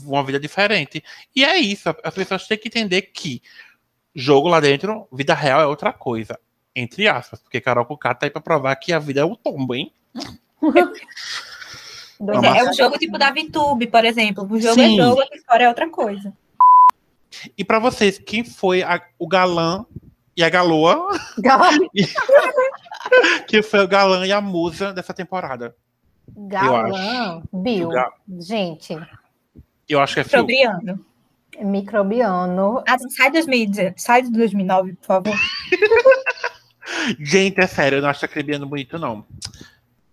Speaker 4: uma vida diferente. E é isso, as pessoas têm que entender que jogo lá dentro, vida real é outra coisa. Entre aspas, porque Carol Cucá tá aí pra provar que a vida é um tombo, hein?
Speaker 3: Dois
Speaker 4: Mas-
Speaker 1: É um jogo tipo da VTube, por exemplo. O jogo
Speaker 4: Sim.
Speaker 1: é jogo, a história é outra coisa.
Speaker 4: E pra vocês, quem foi a- o galã e a galoa?
Speaker 8: Gal-
Speaker 4: Quem foi o galã e a musa dessa temporada?
Speaker 3: Galã, Bill.
Speaker 4: O ga-
Speaker 3: Gente,
Speaker 4: Eu acho que é Phil.
Speaker 1: Probriano.
Speaker 3: microbiano.
Speaker 1: Adam, Ah, sai de 2010 sai de 2009, por favor.
Speaker 4: Gente, é sério, eu não acho a Cribiano bonito, não.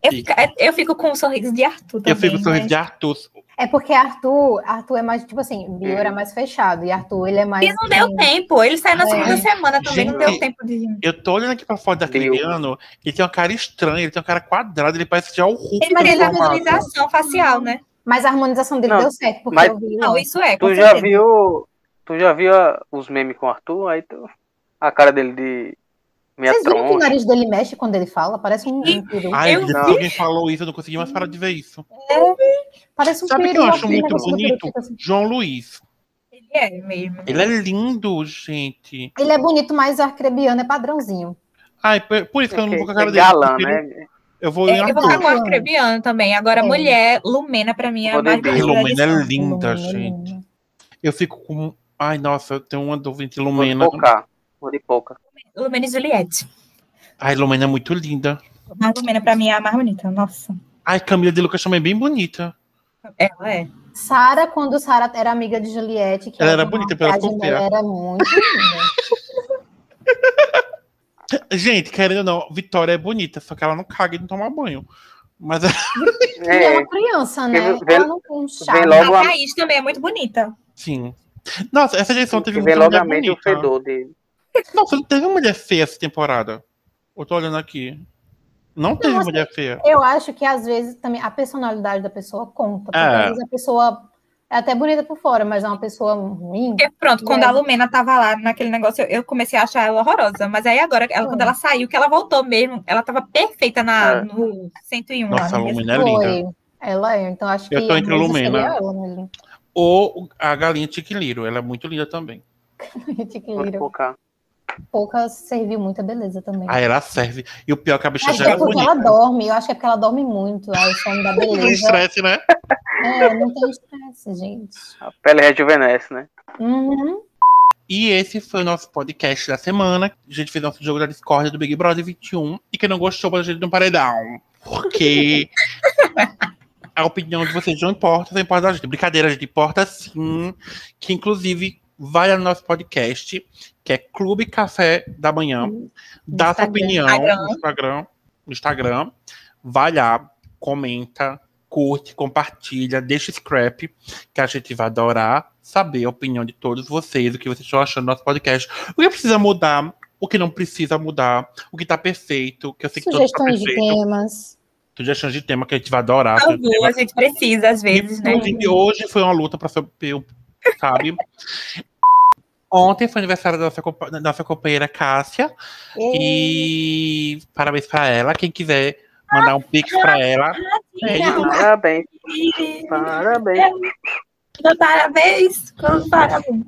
Speaker 1: Eu
Speaker 4: Sim.
Speaker 1: fico, eu fico com o sorriso de Arthur também.
Speaker 4: eu fico com o sorriso
Speaker 1: né?
Speaker 4: de Arthur.
Speaker 3: É porque Arthur, Arthur é mais, tipo assim, Bill era mais fechado e Arthur, ele é mais.
Speaker 1: Hum. E não deu tempo. Ele saiu na
Speaker 3: É.
Speaker 1: segunda semana também, não
Speaker 4: Gente.
Speaker 1: deu tempo de.
Speaker 4: Eu tô olhando aqui pra foto da
Speaker 2: Deu.
Speaker 4: Cribiano, ele tem uma cara estranha, ele tem uma cara quadrada, ele parece já o Hulk.
Speaker 3: é
Speaker 1: Ele fez a
Speaker 4: transformado.
Speaker 1: harmonização facial, né?
Speaker 3: Mas a harmonização dele
Speaker 2: Não,
Speaker 3: deu certo, porque
Speaker 2: mas-
Speaker 3: eu vi.
Speaker 1: Não, isso é. com
Speaker 2: Tu já
Speaker 1: certeza.
Speaker 2: viu. Tu já viu a- os memes com o Arthur? Aí tu- a cara dele de meia
Speaker 3: Vocês viram que o
Speaker 2: troncha.
Speaker 3: nariz dele mexe quando ele fala? Parece um, um peru.
Speaker 4: Ai,
Speaker 1: Eu
Speaker 2: vi.
Speaker 4: depois que alguém falou isso, eu não consegui mais parar de ver isso.
Speaker 3: Parece um
Speaker 4: Sabe o que
Speaker 3: peru,
Speaker 4: eu acho
Speaker 3: aquele
Speaker 4: muito
Speaker 3: negócio do peru
Speaker 4: bonito?
Speaker 3: fica assim.
Speaker 4: João Luiz.
Speaker 1: Ele é mesmo.
Speaker 4: Ele é lindo, gente.
Speaker 3: Ele é bonito, mas o arcrebiano é padrãozinho.
Speaker 4: Ai, por, por isso que eu não vou com a cara
Speaker 2: É
Speaker 4: dele.
Speaker 2: galã,
Speaker 4: porque
Speaker 2: né?
Speaker 4: Eu vou em
Speaker 1: É, eu vou ficar
Speaker 4: Arthur.
Speaker 1: com o Arcrebiano também. Agora,
Speaker 3: É.
Speaker 1: mulher, Lumena, pra mim, é a mais
Speaker 2: Poder
Speaker 4: Ai,
Speaker 1: bonita da
Speaker 4: Lumena
Speaker 1: edição.
Speaker 4: é linda,
Speaker 3: Lumena,
Speaker 4: gente.
Speaker 3: Lumena.
Speaker 4: Eu fico com. Ai, nossa, eu tenho uma dúvida de
Speaker 2: Vou de
Speaker 4: Lumena.
Speaker 2: pouca. Vou de pouca.
Speaker 1: Lumena e Juliette.
Speaker 4: Ai, Lumena é muito linda.
Speaker 1: A Lumena, pra mim, é a mais bonita. Nossa,
Speaker 4: Ai, Camila de Lucas também é bem bonita.
Speaker 1: ela é.
Speaker 3: Sara, quando Sara era amiga de Juliette, que
Speaker 4: Ela era
Speaker 3: uma
Speaker 4: bonita, pela
Speaker 3: maquiagem
Speaker 4: fofinha.
Speaker 3: dela era muito linda.
Speaker 4: Gente, querendo ou não, Vitória é bonita, só que ela não caga e não toma banho. Mas
Speaker 3: E é
Speaker 2: É,
Speaker 3: uma criança, né?
Speaker 2: Vem- vem-
Speaker 3: Ela não tem um charme.
Speaker 1: A
Speaker 2: logo a-
Speaker 1: Thaís também é muito bonita.
Speaker 4: assim. Nossa, essa edição teve um
Speaker 2: que
Speaker 4: muita
Speaker 2: vem logo a
Speaker 4: mulher
Speaker 2: mente o
Speaker 4: bonita.
Speaker 2: fedor dele.
Speaker 4: Nossa, não teve mulher feia essa temporada. Eu tô olhando aqui. Não teve
Speaker 3: assim,
Speaker 4: mulher feia.
Speaker 3: Eu acho que às vezes também a personalidade da pessoa conta. Porque
Speaker 4: É.
Speaker 3: às vezes a pessoa é até bonita por fora, mas é uma pessoa ruim.
Speaker 1: Porque, pronto, quando a Lumena tava lá naquele negócio, eu, eu comecei a achar ela horrorosa. Mas aí agora, ela- quando ela saiu, que ela voltou mesmo, ela tava perfeita na,
Speaker 2: É.
Speaker 1: no 101.
Speaker 4: Nossa, a
Speaker 1: lá, no
Speaker 4: Lumena é linda.
Speaker 3: Foi. Ela é, então acho
Speaker 4: Eu
Speaker 3: que
Speaker 4: tô
Speaker 3: a
Speaker 4: entre
Speaker 3: Luísa
Speaker 4: Lumena.
Speaker 3: seria ela, né,
Speaker 4: Ou a galinha Tiquiliro, ela é muito linda também.
Speaker 3: gente, que
Speaker 2: Vou de
Speaker 3: lira.
Speaker 2: pouca.
Speaker 3: Pouca serviu muita beleza também.
Speaker 4: Aí ela serve. E o pior é que a bicha
Speaker 3: Acho
Speaker 4: já
Speaker 3: que é
Speaker 4: era
Speaker 3: porque
Speaker 4: bonita.
Speaker 3: ela dorme, eu acho que é porque ela dorme muito, aí o sono da
Speaker 4: O
Speaker 3: beleza.
Speaker 4: estresse, né?
Speaker 3: É, não tem estresse, gente.
Speaker 2: A pele rejuvenesce, né?
Speaker 3: Uhum.
Speaker 4: E esse foi o nosso podcast da semana. A gente fez nosso jogo da Discord do Big Brother 21. E quem não gostou, bota a gente no paredão. Porque a opinião de vocês não importa, só importa da gente. Brincadeira, a gente importa sim. Que inclusive vai lá no nosso podcast, que é Clube Café da Manhã. Dá sua
Speaker 3: Hum, Instagram.
Speaker 4: opinião
Speaker 1: Instagram.
Speaker 4: no Instagram. No Instagram. Vai lá, comenta, curte, compartilha, deixa scrap, que a gente vai adorar saber a opinião de todos vocês, o que vocês estão achando do nosso podcast, o que precisa mudar, o que não precisa mudar, o que tá perfeito, que eu sei que todo tá
Speaker 3: Sugestões de
Speaker 4: perfeito,
Speaker 3: temas.
Speaker 4: sugestões de tema que a gente vai adorar.
Speaker 1: Algum, a gente precisa, às vezes, né?
Speaker 4: Inclusive, hoje foi uma luta pra saber, o- sabe? Ontem foi aniversário da nossa, compa- da nossa companheira Cássia. E parabéns pra ela. Quem quiser mandar um pix pra ela. é isso.
Speaker 2: Parabéns,
Speaker 1: E-
Speaker 2: parabéns.
Speaker 1: Parabéns! Parabéns!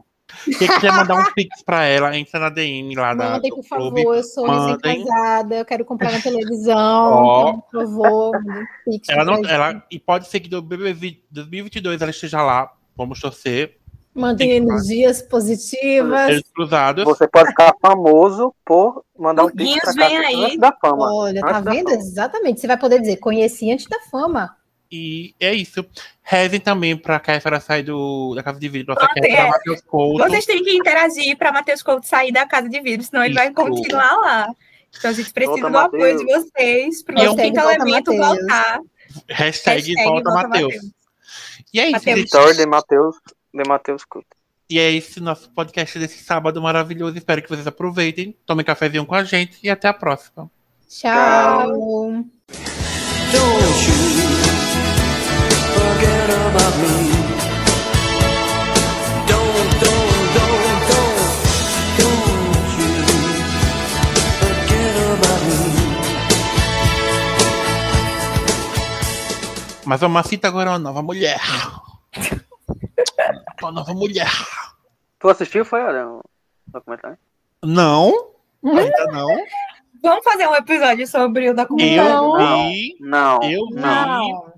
Speaker 4: Quem quiser mandar um pix pra ela, entra na DM lá da,
Speaker 3: Mandem,
Speaker 4: do
Speaker 3: por
Speaker 4: clube.
Speaker 3: favor, eu sou
Speaker 4: Mandem.
Speaker 3: recém-casada, eu quero comprar uma televisão,
Speaker 4: Ó.
Speaker 3: então, por favor, mandem um pix
Speaker 4: Ela não,
Speaker 3: pra gente.
Speaker 4: ela, e pode ser que do BBB 2022 ela esteja lá. Vamos torcer.
Speaker 3: Mandem
Speaker 4: tem que
Speaker 3: energias positivas.
Speaker 4: Dedos cruzados.
Speaker 2: Você pode ficar famoso por mandar um
Speaker 1: Doguinhos
Speaker 2: pix pra
Speaker 1: vem
Speaker 2: casa
Speaker 1: aí.
Speaker 2: antes da fama.
Speaker 4: Ah,
Speaker 3: Olha, tá
Speaker 2: Antes da
Speaker 3: vendo?
Speaker 2: fama.
Speaker 3: Exatamente. Você vai poder dizer, conheci antes da fama.
Speaker 4: E é isso. Rezem também pra Kéfera sair do, da casa de vidro. Nossa,
Speaker 1: Ah,
Speaker 4: Kéfera,
Speaker 1: é.
Speaker 4: Matheus Couto.
Speaker 1: Vocês têm que interagir para Matheus Couto sair da casa de vidro, senão ele vai
Speaker 4: Isso.
Speaker 1: continuar lá. Então a gente precisa
Speaker 2: Volta,
Speaker 1: do apoio
Speaker 2: Matheus.
Speaker 1: de vocês para
Speaker 4: E eu-
Speaker 1: o quinto
Speaker 6: é um Volta,
Speaker 1: elemento
Speaker 6: Matheus.
Speaker 1: voltar.
Speaker 4: Hashtag, volta Matheus. E é isso,
Speaker 1: Matheus.
Speaker 4: gente.
Speaker 2: Story de Matheus, de Matheus Couto.
Speaker 4: E é esse nosso podcast desse sábado maravilhoso. Espero que vocês aproveitem. Tomem cafezinho com a gente e até a próxima.
Speaker 3: Tchau.
Speaker 9: Don't you forget about me. Don't, don't, don't, don't, don't you forget about me.
Speaker 4: Mas a Macita agora é uma nova mulher. uma nova mulher.
Speaker 2: Tu assistiu, foi, Adam? o Documentário?
Speaker 4: Não. Ainda não.
Speaker 1: Vamos fazer um episódio sobre o
Speaker 4: Eu
Speaker 1: documentário.
Speaker 6: Não.
Speaker 4: vi.
Speaker 2: Não.
Speaker 4: Eu vi.
Speaker 2: Não.